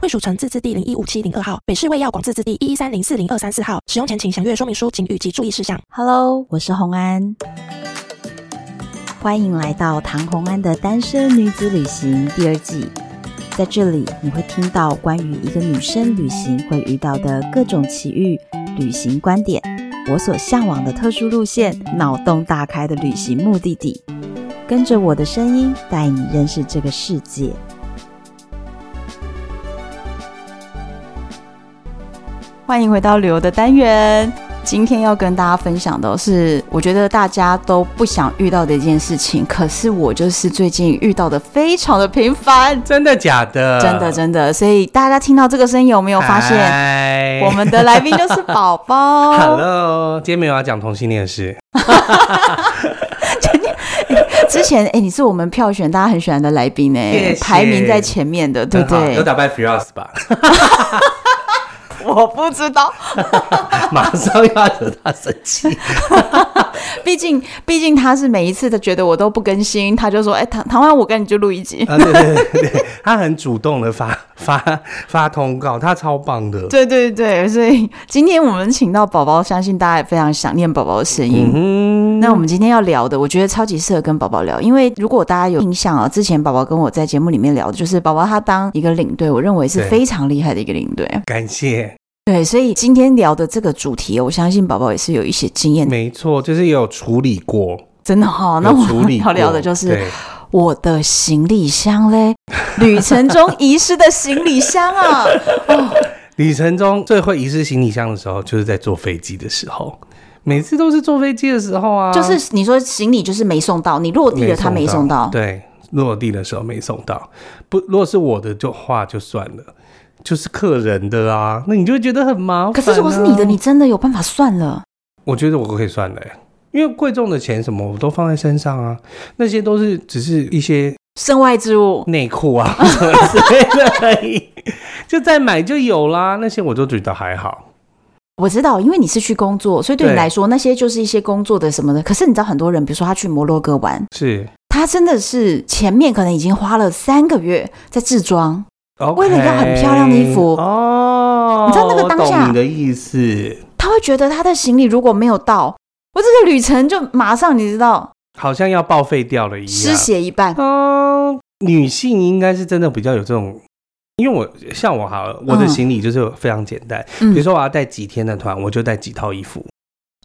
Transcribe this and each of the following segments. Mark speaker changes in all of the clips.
Speaker 1: 惠蜀城自治地零一五七零二号，北市卫药广自治地一一三零四零二三四号。使用前请详阅说明书请及注意事项。
Speaker 2: Hello，我是红安，欢迎来到唐红安的《单身女子旅行》第二季。在这里，你会听到关于一个女生旅行会遇到的各种奇遇、旅行观点，我所向往的特殊路线、脑洞大开的旅行目的地。跟着我的声音，带你认识这个世界。欢迎回到旅游的单元。今天要跟大家分享的是，我觉得大家都不想遇到的一件事情，可是我就是最近遇到的非常的频繁，
Speaker 3: 真的假的？
Speaker 2: 真的真的。所以大家听到这个声音有没有发现，
Speaker 3: 现
Speaker 2: 我们的来宾就是宝 宝？
Speaker 3: 哎 Hello，今天没有要讲同性恋的事，
Speaker 2: 之前哎、你是我们票选大家很喜欢的来宾呢、
Speaker 3: 谢谢
Speaker 2: 排名在前面的，对不
Speaker 3: 很好有
Speaker 2: 对？
Speaker 3: 打败 Firas 吧？
Speaker 2: 我不知道，
Speaker 3: 马上又要惹他生 气。
Speaker 2: 毕竟毕竟他是每一次他觉得我都不更新，他就说：“哎、唐唐湾，我跟你就录一集。”
Speaker 3: 啊，对对对对，他很主动的发发发通告，他超棒的。
Speaker 2: 对对对，所以今天我们请到宝宝，相信大家也非常想念宝宝的声音。
Speaker 3: 嗯
Speaker 2: 那我们今天要聊的，我觉得超级适合跟宝宝聊，因为如果大家有印象啊，之前宝宝跟我在节目里面聊的，就是宝宝他当一个领队，我认为是
Speaker 3: 对
Speaker 2: 非常厉害的一个领队。
Speaker 3: 感谢，
Speaker 2: 对，所以今天聊的这个主题，哦我相信宝宝也是有一些经验的，
Speaker 3: 没错，就是有处理过，
Speaker 2: 真的哈、哦那
Speaker 3: 有
Speaker 2: 我
Speaker 3: 处
Speaker 2: 们
Speaker 3: 理
Speaker 2: 要
Speaker 3: 过
Speaker 2: 聊的就是
Speaker 3: 对
Speaker 2: 我的行李箱嘞，旅程中遗失的行李箱 啊。
Speaker 3: 旅程中最会遗失行李箱的时候，就是在坐飞机的时候，每次都是坐飞机的时候啊，
Speaker 2: 就是你说行李就是没送到，你落地了他没送到，
Speaker 3: 对，落地的时候没送到。不，如果是我的就话就算了，就是客人的啊，那你就会觉得很麻烦、啊
Speaker 2: 可是如果是你的，你，真的有办法算了。
Speaker 3: 我觉得我可以算了欸、因为贵重的钱什么我都放在身上啊，那些都是只是一些
Speaker 2: 身外之物，
Speaker 3: 内裤 啊什么之类的而已，就再买就有啦。那些我都觉得还好，
Speaker 2: 我知道，因为你是去工作，所以对你
Speaker 3: 对
Speaker 2: 来说那些就是一些工作的什么的。可是你知道，很多人，比如说他去摩洛哥玩，
Speaker 3: 是。
Speaker 2: 他真的是前面可能已经花了三个月在制装，为了一个很漂亮的衣服
Speaker 3: OK，哦，
Speaker 2: 你知道那个当
Speaker 3: 我
Speaker 2: 下
Speaker 3: 懂你的意思，
Speaker 2: 他会觉得他的行李如果没有到，我这个旅程就马上你知道
Speaker 3: 好像要报废掉了一样，
Speaker 2: 失血一半。
Speaker 3: 嗯，女性应该是真的比较有这种，因为我像我好了，我的
Speaker 2: 嗯
Speaker 3: 行李就是非常简单，比
Speaker 2: 嗯
Speaker 3: 如，说我要带几天的团，我就带几套衣服，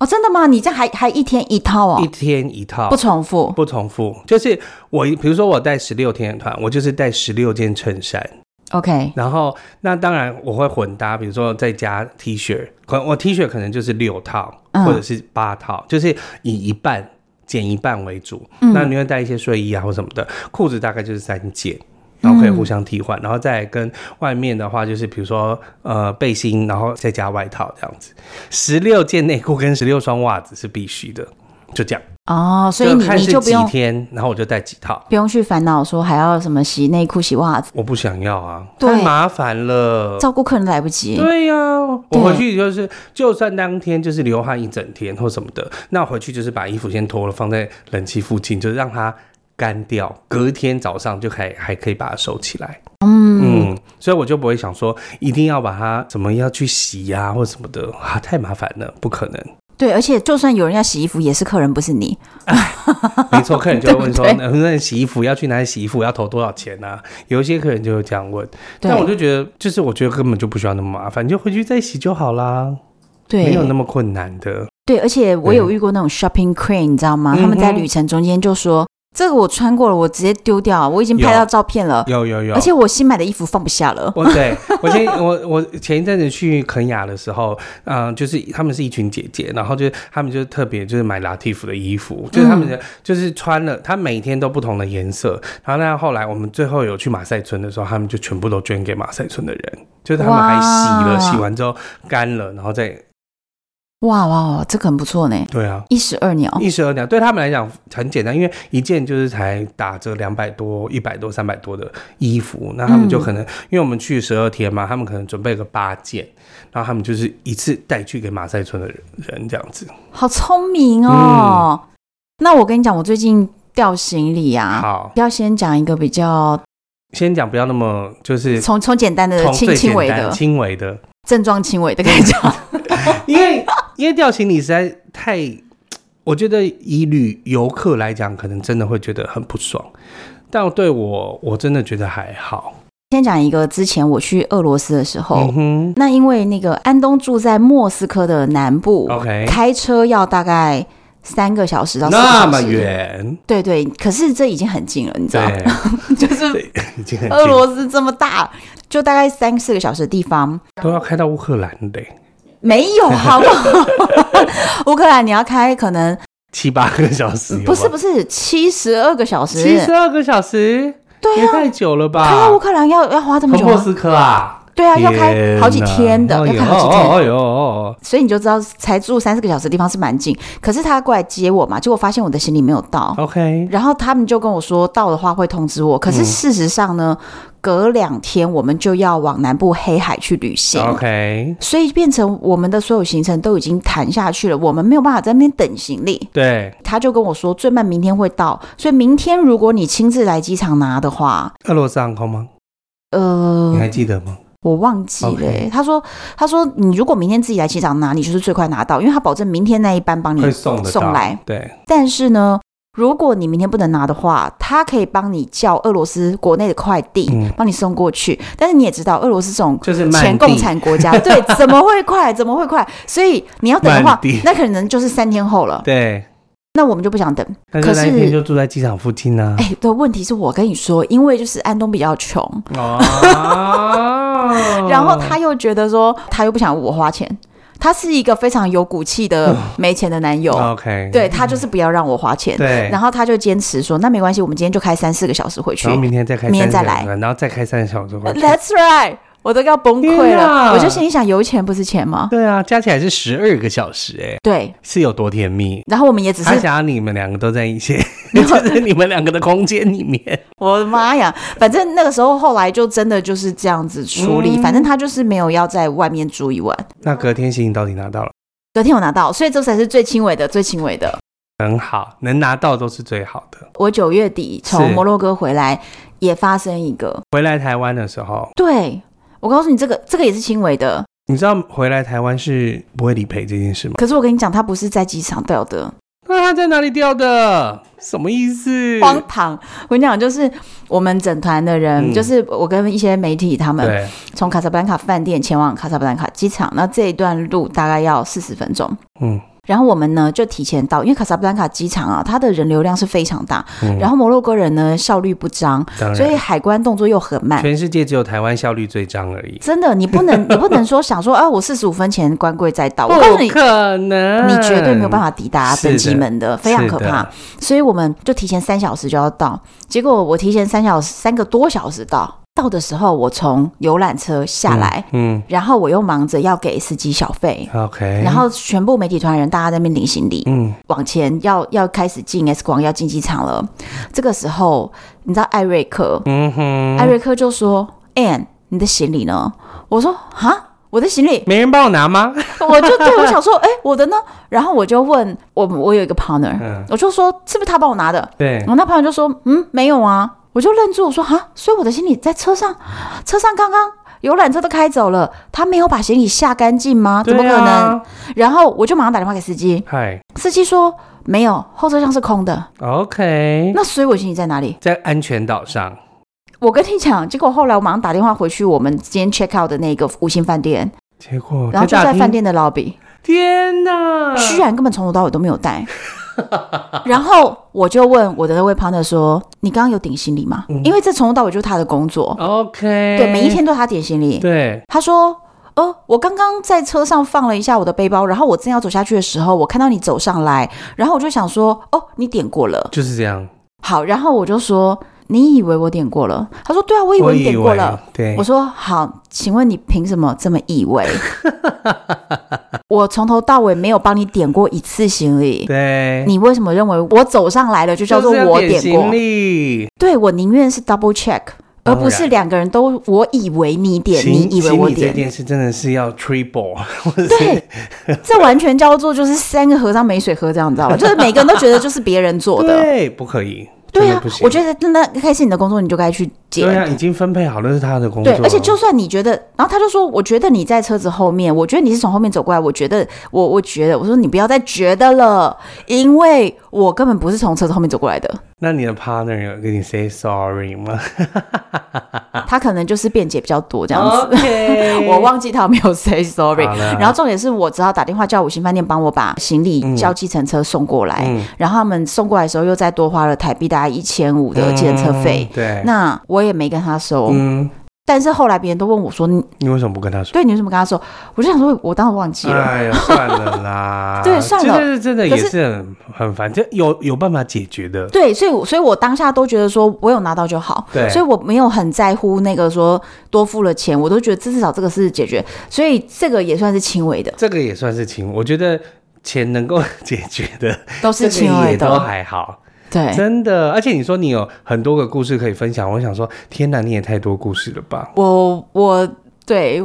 Speaker 2: 哦，真的吗？你这还还一天一套
Speaker 3: 一
Speaker 2: 哦，
Speaker 3: 天一套，
Speaker 2: 不重复。
Speaker 3: 不重复。就是我比如说我带十六天的团，我就是带十六件衬衫，
Speaker 2: OK，
Speaker 3: 然后那当然我会混搭，比如说再加 T 恤，可能我 T 恤可能就是六套
Speaker 2: 嗯
Speaker 3: 或者是八套，就是以一半减一半为主。
Speaker 2: 嗯
Speaker 3: 那你会带一些睡衣啊或什么的，裤子大概就是三件。然后可以互相替换，
Speaker 2: 嗯
Speaker 3: 然后再跟外面的话就是，比如说呃背心，然后再加外套这样子，十六件内裤跟十六双袜子是必须的，就这样。
Speaker 2: 哦，所以
Speaker 3: 就
Speaker 2: 你
Speaker 3: 看
Speaker 2: 你
Speaker 3: 是
Speaker 2: 就不
Speaker 3: 几
Speaker 2: 用
Speaker 3: 天，然后我就带几套。
Speaker 2: 不用去烦恼说还要什么洗内裤、洗袜子，
Speaker 3: 我不想要啊，
Speaker 2: 对
Speaker 3: 太麻烦了。
Speaker 2: 照顾客人来不及。
Speaker 3: 哦对呀、我
Speaker 2: 嗯对
Speaker 3: 回去就是，就算当天就是流汗一整天或什么的，那回去就是把衣服先脱了，放在冷气附近，就让它干掉，隔天早上就还还可以把它收起来。
Speaker 2: 嗯，
Speaker 3: 嗯，所以我就不会想说一定要把它怎么要去洗呀、或什么的啊，太麻烦了，不可 能。
Speaker 2: 对，而且就算有人要洗衣服，也是客人，不是你。
Speaker 3: 没错，客人就会问说，
Speaker 2: 对不
Speaker 3: 嗯那洗衣服要去哪里洗衣服，要投多少钱啊？有一些客人就会这样问，
Speaker 2: 对
Speaker 3: 但我就觉得，就是我觉得根本就不需要那么麻烦，你就回去再洗就好啦，没
Speaker 2: 对
Speaker 3: 有那么困难的。
Speaker 2: 对，而且我
Speaker 3: 对
Speaker 2: 有遇过那种 shopping queen，你知道吗？他们在
Speaker 3: 嗯哼
Speaker 2: 旅程中间就说：“这个我穿过了，我直接丢掉，我已经拍
Speaker 3: 有
Speaker 2: 到照片了，
Speaker 3: 有有有，
Speaker 2: 而且我新买的衣服放不下了。
Speaker 3: 我 对我前我我前一阵子去肯雅的时候，嗯、就是他们是一群姐姐，然后就他们就特别就是买拉蒂夫的衣服，就是他们的、就是穿了，她每天都不同的颜色。然后那后来我们最后有去马赛村的时候，他们就全部都捐给马赛村的人，就是他们还洗了，
Speaker 2: 哇
Speaker 3: 洗完之后干了，然后再
Speaker 2: 哇哇哇，这个很不错呢，
Speaker 3: 对啊。
Speaker 2: 一石二鸟。
Speaker 3: 一石二鸟对他们来讲很简单，因为一件就是才打折两百多、一百多、三百多的衣服，那他们就可
Speaker 2: 嗯
Speaker 3: 能、因为我们去十二天嘛，他们可能准备个八件，然后他们就是一次带去给马赛村的人人这样子。
Speaker 2: 好聪明哦！
Speaker 3: 嗯
Speaker 2: 那我跟你讲，我最近掉行李啊，
Speaker 3: 好，
Speaker 2: 要先讲一个比较
Speaker 3: 先讲不要那么就是
Speaker 2: 从从简单的
Speaker 3: 从
Speaker 2: 轻
Speaker 3: 最
Speaker 2: 轻
Speaker 3: 简
Speaker 2: 微
Speaker 3: 单
Speaker 2: 的
Speaker 3: 轻微的，
Speaker 2: 症状轻微的跟你讲，
Speaker 3: 因为 因为掉行李实在太，我觉得以旅游客来讲，可能真的会觉得很不爽，但对我我真的觉得还好。
Speaker 2: 先讲一个之前我去俄罗斯的时候。
Speaker 3: 嗯哼。
Speaker 2: 那因为那个安东住在莫斯科的南部
Speaker 3: OK
Speaker 2: 开车要大概三个小时到四个小时
Speaker 3: 那么，远，
Speaker 2: 对对，可是这已经很近了，你知道，
Speaker 3: 对，
Speaker 2: 就是
Speaker 3: 对 已经很
Speaker 2: 俄
Speaker 3: 近，
Speaker 2: 罗斯这么大，就大概三四个小时的地方，
Speaker 3: 都要开到乌克兰的
Speaker 2: 没有好不 好？乌克兰你要开可能
Speaker 3: 七八个小时有吗，啊
Speaker 2: 不是不是七十二个小时，
Speaker 3: 七十二个小时，
Speaker 2: 对
Speaker 3: 也
Speaker 2: 啊，
Speaker 3: 太久了
Speaker 2: 开到乌
Speaker 3: 吧？
Speaker 2: 克兰要要花这么久
Speaker 3: 从莫
Speaker 2: 吗？
Speaker 3: 斯科啊，
Speaker 2: 对啊，要
Speaker 3: 天
Speaker 2: 开
Speaker 3: 哪
Speaker 2: 好几天的，
Speaker 3: 哦
Speaker 2: 要
Speaker 3: 哟
Speaker 2: 开好几天。
Speaker 3: 哦哟哦
Speaker 2: 所以你就知道，才住三四个小时的地方是蛮近。可是他过来接我嘛，结果发现我的行李没有到，
Speaker 3: 哦，OK，
Speaker 2: 然后他们就跟我说到的话会通知我。可是
Speaker 3: 嗯
Speaker 2: 事实上呢，隔两天我们就要往南部黑海去旅行。
Speaker 3: 哦 OK，
Speaker 2: 所以变成我们的所有行程都已经谈下去了，我们没有办法在那边等行李。
Speaker 3: 对，
Speaker 2: 他就跟我说，最慢明天会到，所以明天如果你亲自来机场拿的话，
Speaker 3: 俄罗斯航空吗？
Speaker 2: 呃
Speaker 3: 你，还记得吗？
Speaker 2: 我忘记了、
Speaker 3: OK
Speaker 2: 他说，他说你如果明天自己来机场拿，你就是最快拿到，因为他保证明天那一班帮你
Speaker 3: 会送的
Speaker 2: 嗯送来。，
Speaker 3: 对，
Speaker 2: 但是呢，如果你明天不能拿的话，他可以帮你叫俄罗斯国内的快递、
Speaker 3: 嗯
Speaker 2: 帮你送过去。但是你也知道，俄罗斯这种
Speaker 3: 就是慢
Speaker 2: 前
Speaker 3: 递
Speaker 2: 共产国 家，对，怎么会快？怎么会快？所以你要等的
Speaker 3: 慢
Speaker 2: 话
Speaker 3: 递，
Speaker 2: 那可能就是三天后了。
Speaker 3: 对，
Speaker 2: 那我们就不想等。
Speaker 3: 但
Speaker 2: 可
Speaker 3: 是那一
Speaker 2: 是
Speaker 3: 天就住在机场附近啊。
Speaker 2: 哎、对，问题是我跟你说，因为就是安东比较穷，
Speaker 3: 哦
Speaker 2: 然后他又觉得说他又不想我花钱，他是一个非常有骨气 的没钱的男友，
Speaker 3: OK，
Speaker 2: 对他就是不要让我花钱，
Speaker 3: 哦对，
Speaker 2: 然后他就坚持说那没关系，我们今天就开三四个小时回去
Speaker 3: 然后明天再开，
Speaker 2: 明天再来，
Speaker 3: 然后再开三个小时回去。
Speaker 2: ，That's right，我都要崩溃
Speaker 3: 天
Speaker 2: 了，
Speaker 3: 啊
Speaker 2: 我就心里想油钱不是钱吗？
Speaker 3: 对啊，加起来是十二个小时、哎，
Speaker 2: 对，
Speaker 3: 是有多甜蜜？
Speaker 2: 然后我们也只
Speaker 3: 他
Speaker 2: 是
Speaker 3: 想要你们两个都在一起，就是你们两个的空间 里面。
Speaker 2: 我的妈呀！反正那个时候后来就真的就是这样子处理，
Speaker 3: 嗯
Speaker 2: 反正他就是没有要在外面住一晚。
Speaker 3: 那隔天行李到底拿到了？
Speaker 2: 昨天我拿到，所以这才是最轻微的，最轻微的。
Speaker 3: 很好，能拿到都是最好的。
Speaker 2: 我九月底从
Speaker 3: 是
Speaker 2: 摩洛哥回来，也发生一个。
Speaker 3: 回来台湾的时候，
Speaker 2: 对，我告诉你，这个这个也是轻微的。
Speaker 3: 你知道回来台湾是不会理赔这件事吗？
Speaker 2: 可是我跟你讲，它不是在机场掉的，
Speaker 3: 那他在哪里掉的？什么意思？
Speaker 2: 荒唐。我跟你讲，就是我们整团的人，
Speaker 3: 嗯
Speaker 2: 就是我跟一些媒体他们
Speaker 3: 对，
Speaker 2: 从卡萨布兰卡饭店前往卡萨布兰卡机场，那这一段路大概要四十分钟。
Speaker 3: 嗯
Speaker 2: 然后我们呢就提前到，因为卡萨布兰卡机场啊，它的人流量是非常大，
Speaker 3: 嗯，
Speaker 2: 然后摩洛哥人呢效率不彰，
Speaker 3: 当然
Speaker 2: 所以海关动作又很慢。
Speaker 3: 全世界只有台湾效率最彰而已。
Speaker 2: 真的，你不能，你 不能说想说啊，我四十五分前关柜再到，我告诉你
Speaker 3: 不，可能，
Speaker 2: 你绝对没有办法抵达
Speaker 3: 是的
Speaker 2: 登机门的，非常可怕
Speaker 3: 是。
Speaker 2: 所以我们就提前三小时就要到，结果我提前三小时三个多小时到，到的时候我从游览车下来，
Speaker 3: 嗯。
Speaker 2: 然后我又忙着要给司机小费。
Speaker 3: 嗯，OK。
Speaker 2: 然，后全部媒体团人大家在那边领行李，
Speaker 3: 嗯，
Speaker 2: 往前要要开始进 S 光，要进机场了。这个时候，你知道艾瑞克，
Speaker 3: 嗯哼，
Speaker 2: 艾瑞克就说：“Ann，你的行李呢？”我说：“哈，我的行李。
Speaker 3: 没人帮我拿吗？”
Speaker 2: 我就对我想说：“哎、 我的呢？”然后我就问我我有一个 partner，、
Speaker 3: 嗯
Speaker 2: 我就说：“是不是他帮我拿的
Speaker 3: 对？”
Speaker 2: 然，后那 partner 就说：“嗯，没有啊。”我就愣住，我说：“哈，所以我的行李在车上，车上刚刚游览车都开走了，他没有把行李下干净吗？怎么可
Speaker 3: 对
Speaker 2: 能？”
Speaker 3: 啊？
Speaker 2: 然后我就马上打电话给司机，
Speaker 3: 嗨
Speaker 2: 司机说：“没有，后车厢是空的。”
Speaker 3: ，OK，
Speaker 2: 那所以我行李在哪里？
Speaker 3: 在安全岛上，
Speaker 2: 我跟你讲，结果后来我马上打电话回去我们今天 check out 的那个五星饭店，
Speaker 3: 结果
Speaker 2: 然后就
Speaker 3: 大
Speaker 2: 在
Speaker 3: 厅
Speaker 2: 饭，店的 lobby，
Speaker 3: 天哪，
Speaker 2: 啊 居然根本从头到尾都没有带。然后我就问我的那位 partner 说：“你刚刚有顶行李吗？”因为这从头到尾就是他的工作，
Speaker 3: 嗯 OK，
Speaker 2: 对，每一天都他点行李。
Speaker 3: 对，
Speaker 2: 他说：“哦，我刚刚在车上放了一下我的背包，然后我正要走下去的时候，我看到你走上来，然后我就想说，哦，你点过了。
Speaker 3: 就是这样。
Speaker 2: 好，然后我就说，你以为我点过了？他说，对啊，我以为你点过了。
Speaker 3: 我以为，对，
Speaker 2: 我说好，请问你凭什么这么以为？ 我从头到尾没有帮你点过一次行李，
Speaker 3: 对，
Speaker 2: 你为什么认为我走上来了就叫做
Speaker 3: 就是要
Speaker 2: 我
Speaker 3: 点
Speaker 2: 点
Speaker 3: 行
Speaker 2: 过？
Speaker 3: 李，
Speaker 2: 对我宁愿是 double check，而
Speaker 3: 当然
Speaker 2: 不是两个人都我以为你点，
Speaker 3: 行
Speaker 2: 你以为
Speaker 3: 行
Speaker 2: 我
Speaker 3: 李这
Speaker 2: 点，
Speaker 3: 件事真的是要 triple，或 者是
Speaker 2: 对，这完全叫做就是三个和尚没水喝，这样你知道吧？就是每个人都觉得就是别人做的。
Speaker 3: 对，不可以，
Speaker 2: 对
Speaker 3: 真的
Speaker 2: 啊
Speaker 3: 不，行
Speaker 2: 我觉得那开始你的工作，你就该去解。
Speaker 3: 对啊，已经分配好了是他的工作
Speaker 2: 对
Speaker 3: 了，，
Speaker 2: 而且就算你觉得，然后他就说，我觉得你在车子后面，我觉得你是从后面走过来，我觉得，我我觉得，我说你不要再觉得了，因为我根本不是从车子后面走过来的，
Speaker 3: 那你的 partner 有跟你 say sorry 吗？
Speaker 2: 他可能就是辩解比较多这样子。
Speaker 3: 啊 OK
Speaker 2: 我忘记他有没有 say sorry，
Speaker 3: 好了
Speaker 2: 然后重点是我只好打电话叫五星饭店帮我把行李叫计程车送过来，
Speaker 3: 嗯
Speaker 2: 然后他们送过来的时候又再多花了台币大概一千五的计程车费
Speaker 3: 嗯，对，
Speaker 2: 那我也没跟他收，
Speaker 3: 嗯，
Speaker 2: 但是后来别人都问我说，你
Speaker 3: 你为什么不跟他说？
Speaker 2: 对你为什么跟他收？我就想说，我当然忘记了。
Speaker 3: 哎 呀，算了啦，
Speaker 2: 对算了
Speaker 3: 这个真的也
Speaker 2: 可是
Speaker 3: 是很很烦，这有有办法解决的，
Speaker 2: 对，所以我所以我当下都觉得说我有拿到就好，
Speaker 3: 对
Speaker 2: 所以我没有很在乎那个说多付了钱，我都觉得至少这个是解决，所以这个也算是轻微的，
Speaker 3: 这个也算是情，我觉得钱能够解决的，
Speaker 2: 都是
Speaker 3: 这
Speaker 2: 轻
Speaker 3: 个
Speaker 2: 微
Speaker 3: 也都
Speaker 2: 的，
Speaker 3: 还好，
Speaker 2: 对。
Speaker 3: 真的。而且你说你有很多个故事可以分享，我想说，天哪，你也太多故事了 吧？
Speaker 2: 我我 对，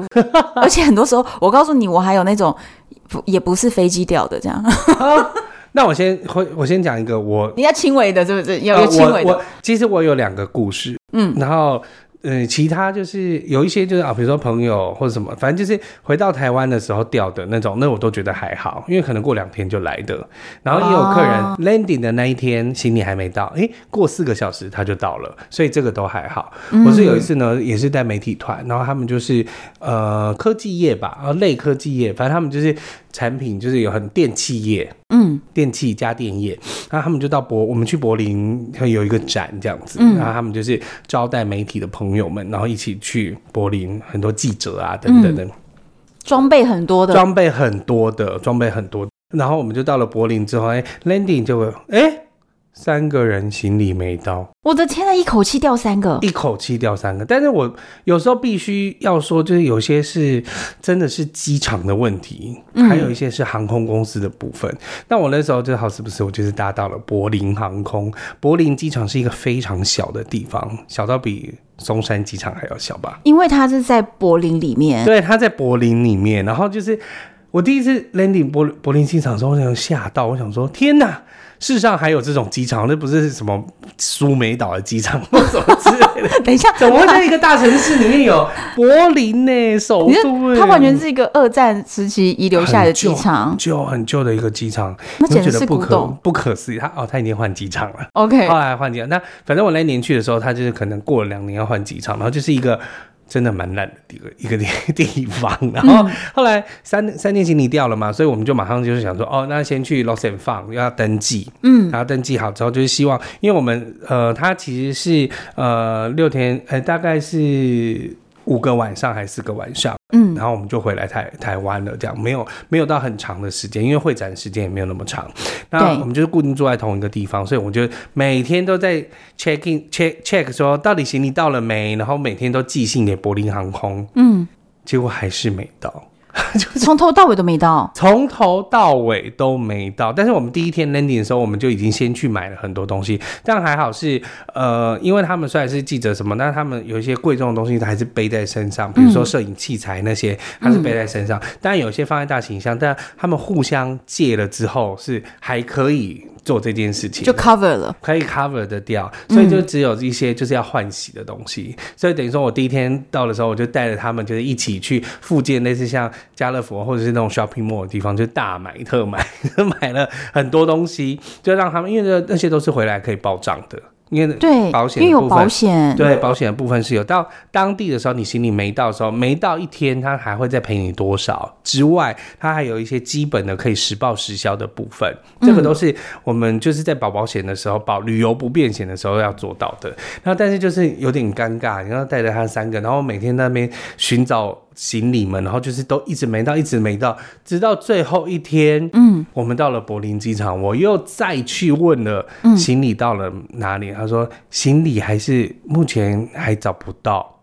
Speaker 2: 而且很多时候我告诉你，我还有那种不也不是飞机掉的这样，
Speaker 3: 那我先会，我先讲一个我
Speaker 2: 你要轻微的，是不是？有
Speaker 3: 呃
Speaker 2: 有轻微
Speaker 3: 我
Speaker 2: 的，
Speaker 3: 我其实我有两个故事，嗯，然后呃，其他就是有一些就是啊，比如说朋友或者什么，反正就是回到台湾的时候掉的那种，那我都觉得还好，因为可能过两天就来的。然后也有客人
Speaker 2: 哦
Speaker 3: landing 的那一天行李还没到，诶，过四个小时他就到了，所以这个都还好。
Speaker 2: 嗯
Speaker 3: 我是有一次呢，也是带媒体团，然后他们就是呃科技业吧，啊类科技业，反正他们就是产品就是有很电器业，
Speaker 2: 嗯，
Speaker 3: 电器家电业，然后他们就到柏，我们去柏林有一个展这样子，然后他们就是招待媒体的朋友们，然后一起去柏林，很多记者啊等等等，
Speaker 2: 装备很多的，
Speaker 3: 装备很多的，装备很多。然后我们就到了柏林之后，哎，landing 就会，哎，三个人行李没到，
Speaker 2: 我的天呐，一口气掉三个，
Speaker 3: 一口气掉三个。但是我有时候必须要说，就是有些是真的是机场的问题，还有一些是航空公司的部分。那我那时候就好死不死，我就是搭到了柏林航空。柏林机场是一个非常小的地方，小到比松山机场还要小吧？
Speaker 2: 因为它是在柏林里面，
Speaker 3: 对，它在柏林里面，然后就是。我第一次 landing 柏柏林机场的时候，我想吓到，我想说天哪，世上还有这种机场？那不是什么苏梅岛的机场或什么之类的，
Speaker 2: 等一 下，
Speaker 3: 怎么会在一个大城市里面 有柏林呢、首
Speaker 2: 你是
Speaker 3: 都、欸？
Speaker 2: 它完全是一个二战时期遗留下来的
Speaker 3: 很旧
Speaker 2: 机场
Speaker 3: 很旧很旧的一个机场，
Speaker 2: 那简直
Speaker 3: 我觉得
Speaker 2: 是
Speaker 3: 不
Speaker 2: 古
Speaker 3: 可
Speaker 2: 董
Speaker 3: 不可思议。他哦，他已经换机场了，
Speaker 2: ，OK，
Speaker 3: 后来换机场。那反正我那年去的时候，他就是可能过了两年要换机场，然后就是一个。真的蛮烂的一个一个地地方，然后
Speaker 2: 嗯
Speaker 3: 后来三三天行李掉了嘛，所以我们就马上就是想说，哦，那先去 Los a n 放要登记，嗯，然后登记好之后就是希望，因为我们呃，它其实是呃六天，呃大概是五个晚上还是四个晚上，
Speaker 2: 嗯
Speaker 3: 然后我们就回来台台湾了，这样没有没有到很长的时间，因为会展时间也没有那么长。那
Speaker 2: 对
Speaker 3: 我们就是固定住在同一个地方，所以我就每天都在 check in check check 说到底行李到了没，然后每天都寄信给柏林航空，
Speaker 2: 嗯，
Speaker 3: 结果还是没到。
Speaker 2: 从头到尾都没到，
Speaker 3: 从头到尾都没到，但是我们第一天 landing 的时候，我们就已经先去买了很多东西，但还好是呃，因为他们虽然是记者什么，但是他们有一些贵重的东西，他还是背在身上，比如说摄影器材那些，他是背在身上。当然有些放在大行李箱，但他们互相借了之后是还可以做这件事情
Speaker 2: 就
Speaker 3: 的，
Speaker 2: cover 了，
Speaker 3: 可以 cover 得掉，所以就只有一些就是要换洗的东西。所以等于说我第一天到的时候，我就带着他们就是一起去附近类似像家乐福或者是那种 shopping mall 的地方，就大买 特买，买了很多东西，就让他们因为那那些都是回来可以报账的。因为
Speaker 2: 对，
Speaker 3: 保险
Speaker 2: 因为
Speaker 3: 的
Speaker 2: 有
Speaker 3: 部
Speaker 2: 保
Speaker 3: 分。
Speaker 2: 险，
Speaker 3: 对保险的部分是有到当地的时候，你行李没到的时候，没到一天，他还会再赔你多少之外，他还有一些基本的可以实报实销的部分，这个都是我们就是在保保险的时候，保旅游不变险的时候要做到的。然后但是就是有点尴尬，你要带着他三个，然后每天在那边寻找行李们，然后就是都一直没到，一直没到，直到最后一天，嗯，我们到了柏林机场，我又再去问了
Speaker 2: 嗯
Speaker 3: 行李到了哪里，他说行李还是目前还找不到。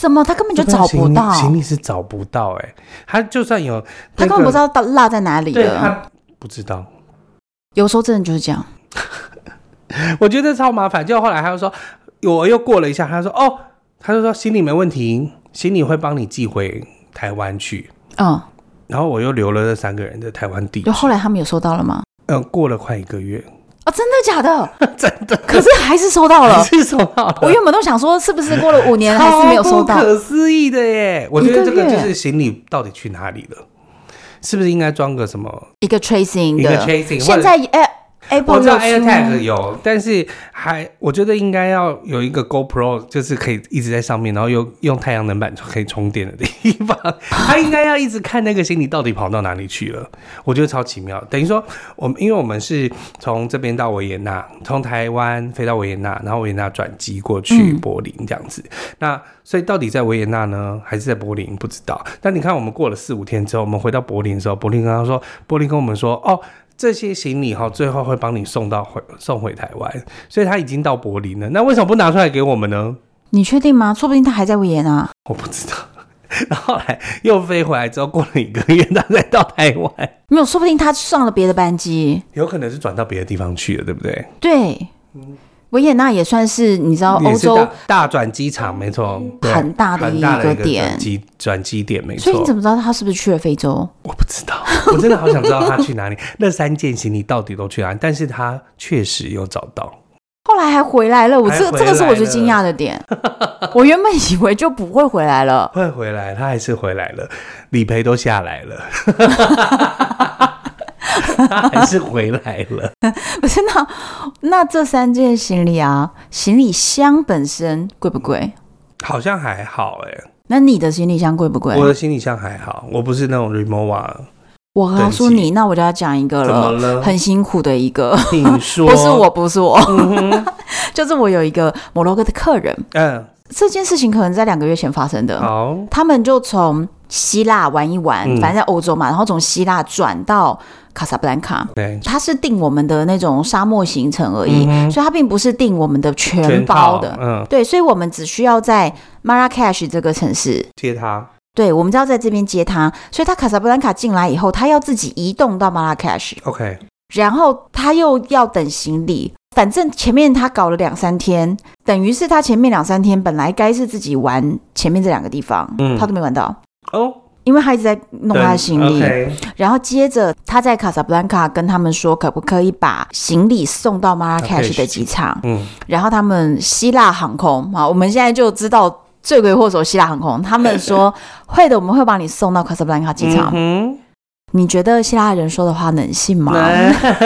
Speaker 2: 什么他根本就找不到，
Speaker 3: 行李是找不到哎、他就算有、
Speaker 2: 他根本不知，道到落在哪里
Speaker 3: 对
Speaker 2: 了。
Speaker 3: 他不知道，
Speaker 2: 有时候真的就是这样，
Speaker 3: 我觉得超麻烦。就后来他就说，我又过了一下，他说哦，他就说行李没问题，行李会帮你寄回台湾去。
Speaker 2: 嗯，
Speaker 3: 然后我又留了这三个人的台湾地址
Speaker 2: 就，后来他们有收到了吗？
Speaker 3: 嗯、过了快一个月，
Speaker 2: 哦，真的假的？
Speaker 3: 真的，
Speaker 2: 可是还是收到
Speaker 3: 还
Speaker 2: 了。
Speaker 3: 是收到了。
Speaker 2: 我原本都想说，是不是过了五年还是没有收到
Speaker 3: 超不？可思议的耶！我觉得这
Speaker 2: 一
Speaker 3: 个
Speaker 2: 个月
Speaker 3: 就是行李到底去哪里了，是不是应该装个什么
Speaker 2: 一个 tracing
Speaker 3: 一个
Speaker 2: 的，
Speaker 3: tracing？
Speaker 2: 现在哎
Speaker 3: 我
Speaker 2: Apple
Speaker 3: 知道
Speaker 2: 有出
Speaker 3: AirTag 有，但是还我觉得应该要有一个 GoPro，就是可以一直在上面，然后用用太阳能板可以充电的地方。 他应该要一直看那个行李到底跑到哪里去了，我觉得超奇妙。等于说，我们因为我们是从这边到维也纳，从台湾飞到维也纳，然后维也纳转机过去柏林这样子。那所以到底在维也纳呢，还是在柏林？不知道。但你看，我们过了四五天之后，我们回到柏林的时候，柏林跟他说，柏林跟我们说，哦，这些行李哈、最后会帮你送到回送回台湾，所以他已经到柏林了。那为什么不拿出来给我们呢？
Speaker 2: 你确定吗？说不定他还在维也纳。
Speaker 3: 我不知道。然后后来又飞回来之后，过了一个月，他再到台湾，
Speaker 2: 没有，说不定他上了别的班机。
Speaker 3: 有可能是转到别的地方去了，对不对？
Speaker 2: 对，维也纳也算是你知道哦欧
Speaker 3: 嗯也是
Speaker 2: 洲
Speaker 3: 大大转机场，没错，对
Speaker 2: 很大的
Speaker 3: 很
Speaker 2: 一
Speaker 3: 大的
Speaker 2: 个
Speaker 3: 一个
Speaker 2: 点
Speaker 3: 转。机转机点，没
Speaker 2: 所以你
Speaker 3: 错
Speaker 2: 怎。么知道他是不是去了非洲？
Speaker 3: 我不知道， 我真的好想知道他去哪里， 那三件行李到底都去哪里？但是他确实有找到，
Speaker 2: 后来还回来了，我
Speaker 3: 还
Speaker 2: 这
Speaker 3: 回
Speaker 2: 这个是
Speaker 3: 来
Speaker 2: 我最
Speaker 3: 了
Speaker 2: 惊讶的点。 我原本以为就不会回来了，
Speaker 3: 会回来，他还是回来了，理赔都下来了， 他还是回来了。
Speaker 2: 不是那那这三件行李啊，行李箱本身贵不贵？
Speaker 3: 好像还好哎、
Speaker 2: 那你的行李箱贵不贵？
Speaker 3: 我的行李箱还好，我不是那种啊 remova，
Speaker 2: 我告诉
Speaker 3: 等
Speaker 2: 你，那我就要讲一个
Speaker 3: 怎么
Speaker 2: 了，
Speaker 3: 了？
Speaker 2: 很辛苦的一个，
Speaker 3: 你说
Speaker 2: 不是我，，不是我， 就是我有一个摩洛哥的客人，
Speaker 3: 嗯，
Speaker 2: 这件事情可能在两个月前发生的。
Speaker 3: 好，
Speaker 2: 他们就从希腊玩一玩，
Speaker 3: 嗯
Speaker 2: 反正在欧洲嘛，然后从希腊转到卡萨布兰卡。
Speaker 3: 对，
Speaker 2: 他是订我们的那种沙漠行程而已，
Speaker 3: 嗯哼
Speaker 2: 所以他并不是订我们的全
Speaker 3: 全
Speaker 2: 包
Speaker 3: 套
Speaker 2: 的。
Speaker 3: 嗯，
Speaker 2: 对，所以我们只需要在 Marrakesh 这个城市，
Speaker 3: 接他，
Speaker 2: 对，我们只要在这边接他。所以他卡萨布兰卡进来以后，他要自己移动到 Marrakesh，
Speaker 3: OK，
Speaker 2: 然后他又要等行李。反正前面他搞了两三天，等于是他前面两三天本来该是自己玩前面这两个地方，
Speaker 3: 嗯
Speaker 2: 他都没玩到，
Speaker 3: 哦，
Speaker 2: 因为他一直在弄他的行李。
Speaker 3: OK，
Speaker 2: 然后接着他在卡萨布兰卡跟他们说，可不可以把行李送到 Marrakesh
Speaker 3: Marrakesh
Speaker 2: 的机场？
Speaker 3: 嗯，
Speaker 2: 然后他们希腊航空啊，我们现在就知道罪魁祸首希腊航空，他们 说会的，我们会把你送到卡萨布兰卡机场。
Speaker 3: 嗯
Speaker 2: 你觉得希腊人说的话能信吗
Speaker 3: 哼，？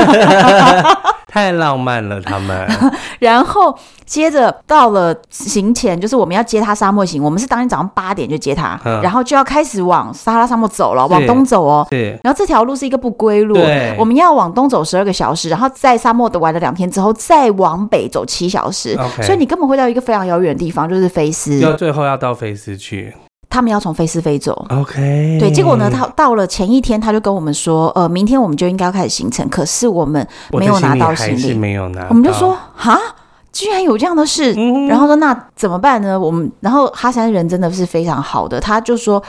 Speaker 3: 太浪漫了，他们，
Speaker 2: 然后接着到了行前，就是我们要接他沙漠行，我们是当天早上八点就接他，
Speaker 3: 嗯
Speaker 2: 然后就要开始往撒哈拉沙漠走了，
Speaker 3: 是
Speaker 2: 往东走哦。
Speaker 3: 是
Speaker 2: 然后这条路是一个不归路
Speaker 3: 对，
Speaker 2: 我们要往东走十二个小时，然后在沙漠的玩了两天之后，再往北走七小时
Speaker 3: OK
Speaker 2: 所以你根本会到一个非常遥远的地方，就是菲
Speaker 3: 要
Speaker 2: 斯，
Speaker 3: 最后要到菲斯去
Speaker 2: 他们要从菲斯飞走。
Speaker 3: ，OK，
Speaker 2: 对，结果呢，他到了前一天，他就跟我们说，呃，明天我们就应该要开始行程，可是我们
Speaker 3: 我
Speaker 2: 没
Speaker 3: 的
Speaker 2: 有拿到
Speaker 3: 行李还
Speaker 2: 行
Speaker 3: 是
Speaker 2: 李
Speaker 3: 没有拿到，
Speaker 2: 我们就说，哈，居然有这样的事，
Speaker 3: 嗯
Speaker 2: 然后说那怎么办呢？我们然后哈山人真的是非常好的，他就说。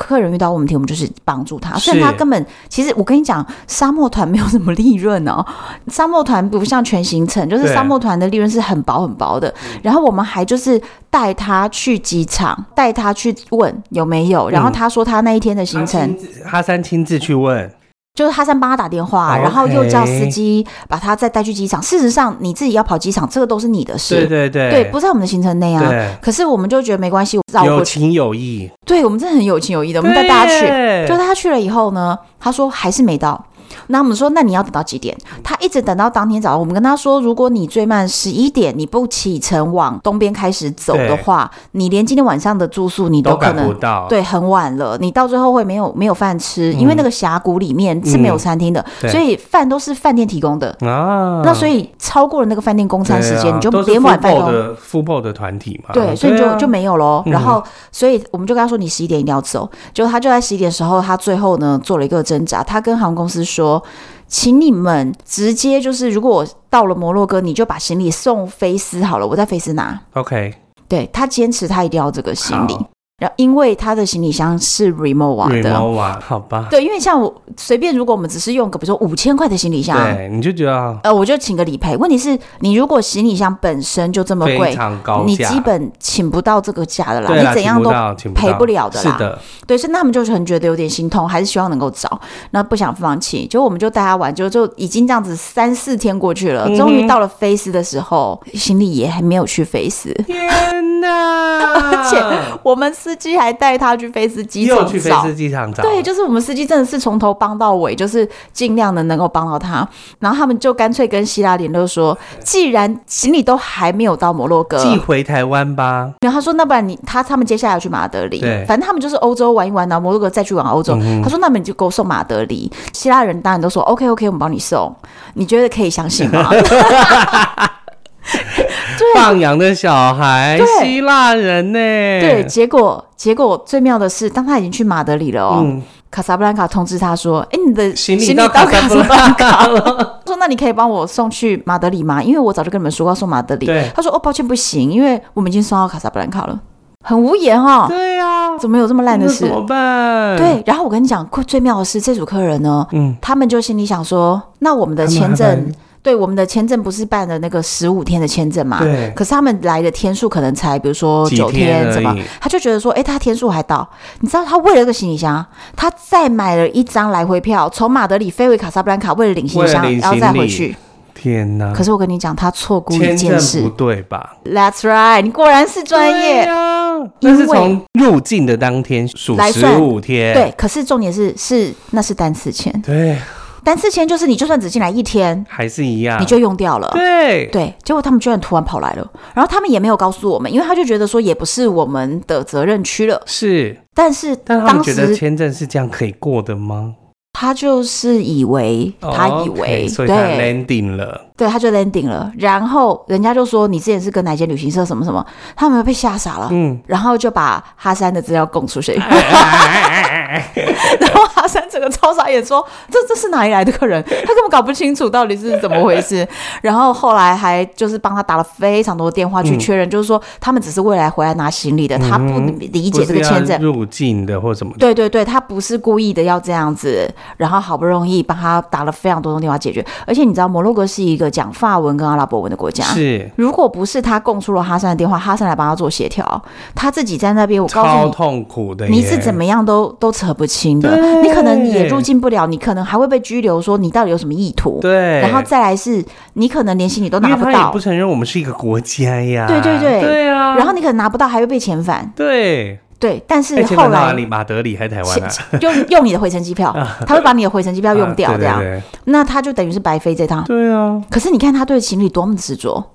Speaker 2: 客人遇到问题，我们就是帮助他。虽然
Speaker 3: 是
Speaker 2: 他根本，其实我跟你讲，沙漠团没有什么利润哦。 沙漠团不像全行程，就是
Speaker 3: 对嗯
Speaker 2: 沙漠团的利润是很薄很薄的。然后我们还就是带他去机场，带他去问有没有。然后
Speaker 3: 嗯
Speaker 2: 他说他那一天的行程，
Speaker 3: 他亲自哈山亲自去问，
Speaker 2: 就是哈山帮他打电话，
Speaker 3: OK
Speaker 2: 然后又叫司机把他再带去机场。事实上，你自己要跑机场，这个都是你的事，
Speaker 3: 对对对，
Speaker 2: 对不在我们的行程内啊。
Speaker 3: 对，
Speaker 2: 可是我们就觉得没关系，绕
Speaker 3: 有
Speaker 2: 过去。
Speaker 3: 情有义，
Speaker 2: 对我们真的很有情有义的，我们带大家去。
Speaker 3: 对
Speaker 2: 就带他去了以后呢，他说还是没到，那我们说，那你要等到几点？他一直等到当天早上。我们跟他说，如果你最慢十一点你不启程往东边开始走的话，你连今天晚上的住宿你
Speaker 3: 都
Speaker 2: 可
Speaker 3: 赶不
Speaker 2: 能
Speaker 3: 到。，
Speaker 2: 对很晚了，你到最后会没有没有饭吃，因为那个峡谷里面是没有餐厅的，
Speaker 3: 嗯对
Speaker 2: 所以饭都是饭店提供的。
Speaker 3: 啊，
Speaker 2: 那所以超过了那个饭店供餐时间，你就连晚饭
Speaker 3: 报
Speaker 2: 都
Speaker 3: 的 f o 的团体嘛，
Speaker 2: 对，所以你就
Speaker 3: 啊
Speaker 2: 就没有喽。
Speaker 3: 嗯
Speaker 2: 然后，所以我们就跟他说，你十一点一定要走。结果他就在十一点的时候，他最后呢做了一个挣扎，他跟航空公司说，请你们直接就是，如果我到了摩洛哥，你就把行李送菲斯好了，我在菲斯拿。
Speaker 3: OK
Speaker 2: 对他坚持，他一定要这个行李
Speaker 3: 好。
Speaker 2: 然后，因为他的行李箱是 Remova 的，
Speaker 3: remova 啊好吧，
Speaker 2: 对，因为像我随便，如果我们只是用个比如说五千块的行李箱，
Speaker 3: 对，你就觉得啊
Speaker 2: 呃，我就请个理赔。问题是，你如果行李箱本身就这么
Speaker 3: 非
Speaker 2: 贵，
Speaker 3: 常高价，
Speaker 2: 你基本请不到这个价的啦，
Speaker 3: 对啦
Speaker 2: 你怎样
Speaker 3: 请
Speaker 2: 都
Speaker 3: 不到请
Speaker 2: 赔
Speaker 3: 到
Speaker 2: 不了的啦
Speaker 3: 是的，
Speaker 2: 对，所以那他们就是很觉得有点心痛，还是希望能够找，那不想放弃。就我们就带他玩，就就已经这样子三四天过去
Speaker 3: 嗯
Speaker 2: 了，终于到了菲斯的时候，行李也还没有去菲斯，
Speaker 3: 天哪！
Speaker 2: 而且我们司机还带他去菲斯机
Speaker 3: 啊又
Speaker 2: 场
Speaker 3: 去菲
Speaker 2: 找
Speaker 3: 斯。机场找，
Speaker 2: 对，就是我们司机真的是从头帮到尾，就是尽量的能够帮到他。然后他们就干脆跟希拉联络说，既然行李都还没有到摩洛哥，
Speaker 3: 寄回台湾吧。
Speaker 2: 然后他说，那不然你他他们接下来要去马德里
Speaker 3: 对，嗯
Speaker 2: 反正他们就是欧洲玩一玩，然后摩洛哥再去玩欧洲。他说，那么你就给我送马德里。希腊人当然都说 OK OK，我们帮你送。你觉得可以相信 吗？ 对
Speaker 3: 放羊的小孩，
Speaker 2: 对
Speaker 3: 希腊人呢？
Speaker 2: 对，，结果结果最妙的是，当他已经去马德里了哦，
Speaker 3: 嗯，
Speaker 2: 卡萨布兰卡通知他说，哎，你的
Speaker 3: 行李
Speaker 2: 李
Speaker 3: 到
Speaker 2: 到
Speaker 3: 卡
Speaker 2: 卡萨
Speaker 3: 萨布
Speaker 2: 布
Speaker 3: 兰
Speaker 2: 兰
Speaker 3: 卡
Speaker 2: 卡
Speaker 3: 了
Speaker 2: 了。说那你可以帮我送去马德里吗？因为我早就跟你们说过要送马德里
Speaker 3: 对。
Speaker 2: 他说哦，抱歉不行，因为我们已经送到卡萨布兰卡了。很无言哦，
Speaker 3: 对呀，
Speaker 2: 怎么有这么烂的
Speaker 3: 那
Speaker 2: 事
Speaker 3: 怎？么办？
Speaker 2: 对，，然后我跟你讲，最最妙的是这组客人呢，
Speaker 3: 嗯，
Speaker 2: 他们就心里想说，那我们的
Speaker 3: 他们
Speaker 2: 签
Speaker 3: 还
Speaker 2: 证，对，我们的签证不是办了那个十五天的签证嘛？
Speaker 3: 对
Speaker 2: 可是他们来的天数可能才，比如说
Speaker 3: 几
Speaker 2: 九
Speaker 3: 天而
Speaker 2: 什么
Speaker 3: 已，
Speaker 2: 他就觉得说，哎，他天数还到。你知道他为了这个行李箱，他再买了一张来回票，从马德里飞回卡萨布兰卡，为了领行
Speaker 3: 为
Speaker 2: 李
Speaker 3: 了
Speaker 2: 箱，
Speaker 3: 领
Speaker 2: 然后再
Speaker 3: 行
Speaker 2: 回
Speaker 3: 李
Speaker 2: 去。
Speaker 3: 天哪！
Speaker 2: 可是我跟你讲，他错估一
Speaker 3: 签
Speaker 2: 件
Speaker 3: 证不
Speaker 2: 事。
Speaker 3: 对吧？
Speaker 2: That's right，你果然是专
Speaker 3: 对
Speaker 2: 业。
Speaker 3: 啊，那是
Speaker 2: 因为
Speaker 3: 从入境的当天数
Speaker 2: 来
Speaker 3: 十
Speaker 2: 算
Speaker 3: 五天，
Speaker 2: 对，可是重点是是那是单次签，
Speaker 3: 对，
Speaker 2: 单次签就是你就算只进来一天，
Speaker 3: 还是一样，
Speaker 2: 你就用掉了。
Speaker 3: 对
Speaker 2: 对，结果他们居然突然跑来了，然后他们也没有告诉我们，因为他就觉得说也不是我们的责任区了。
Speaker 3: 是，
Speaker 2: 但是
Speaker 3: 但他们
Speaker 2: 当
Speaker 3: 觉得
Speaker 2: 时
Speaker 3: 签证是这样可以过的吗？
Speaker 2: 他就是以为，他以
Speaker 3: 哦 OK，
Speaker 2: 为，
Speaker 3: 所以他
Speaker 2: 对
Speaker 3: landing 了，
Speaker 2: 对，他就 landing 了。然后人家就说你之前是跟哪间旅行社什么什么，他们被吓傻了。
Speaker 3: 嗯，
Speaker 2: 然后就把哈山的资料供出去，
Speaker 3: 哎哎哎哎哎
Speaker 2: 然后哈山整个超傻眼说，这这是哪里来的客 人？他根本搞不清楚到底是怎么回事。 然后后来还就是帮他打了非常多电话
Speaker 3: 嗯
Speaker 2: 去确认，就是说他们只是未来回来拿行李的，他不理解这个签
Speaker 3: 不是要
Speaker 2: 证。
Speaker 3: 入境的或什么的，
Speaker 2: 对对对，他不是故意的要这样子，然后好不容易帮他打了非常多通电话解决。而且你知道，摩洛哥是一个讲法文跟阿拉伯文的国家，
Speaker 3: 是
Speaker 2: 如果不是他供出了哈山的电话，哈山来帮他做协调，他自己在那边，我告诉
Speaker 3: 超
Speaker 2: 你，
Speaker 3: 痛苦的耶，
Speaker 2: 你是怎么样都都扯不清的
Speaker 3: 对，
Speaker 2: 你可能也入境不了，你可能还会被拘留，说你到底有什么意图。
Speaker 3: 对，
Speaker 2: 然后再来是，你可能连行李都
Speaker 3: 因
Speaker 2: 拿
Speaker 3: 为
Speaker 2: 不
Speaker 3: 他
Speaker 2: 到
Speaker 3: 也不，承认我们是一个国家呀，
Speaker 2: 对对对
Speaker 3: 对啊，
Speaker 2: 然后你可能拿不到，还会被遣返。
Speaker 3: 对，
Speaker 2: 对，但
Speaker 3: 哎
Speaker 2: 是
Speaker 3: 前
Speaker 2: 后
Speaker 3: 往哪
Speaker 2: 来
Speaker 3: 里？ 马德里还是台湾啊？
Speaker 2: 用用你的回程机 票，他会把你的回程机票用掉，
Speaker 3: 啊
Speaker 2: 这样，
Speaker 3: 对
Speaker 2: 那他就等于是白飞这趟。
Speaker 3: 对对啊，
Speaker 2: 可是你看他对行李多么执着，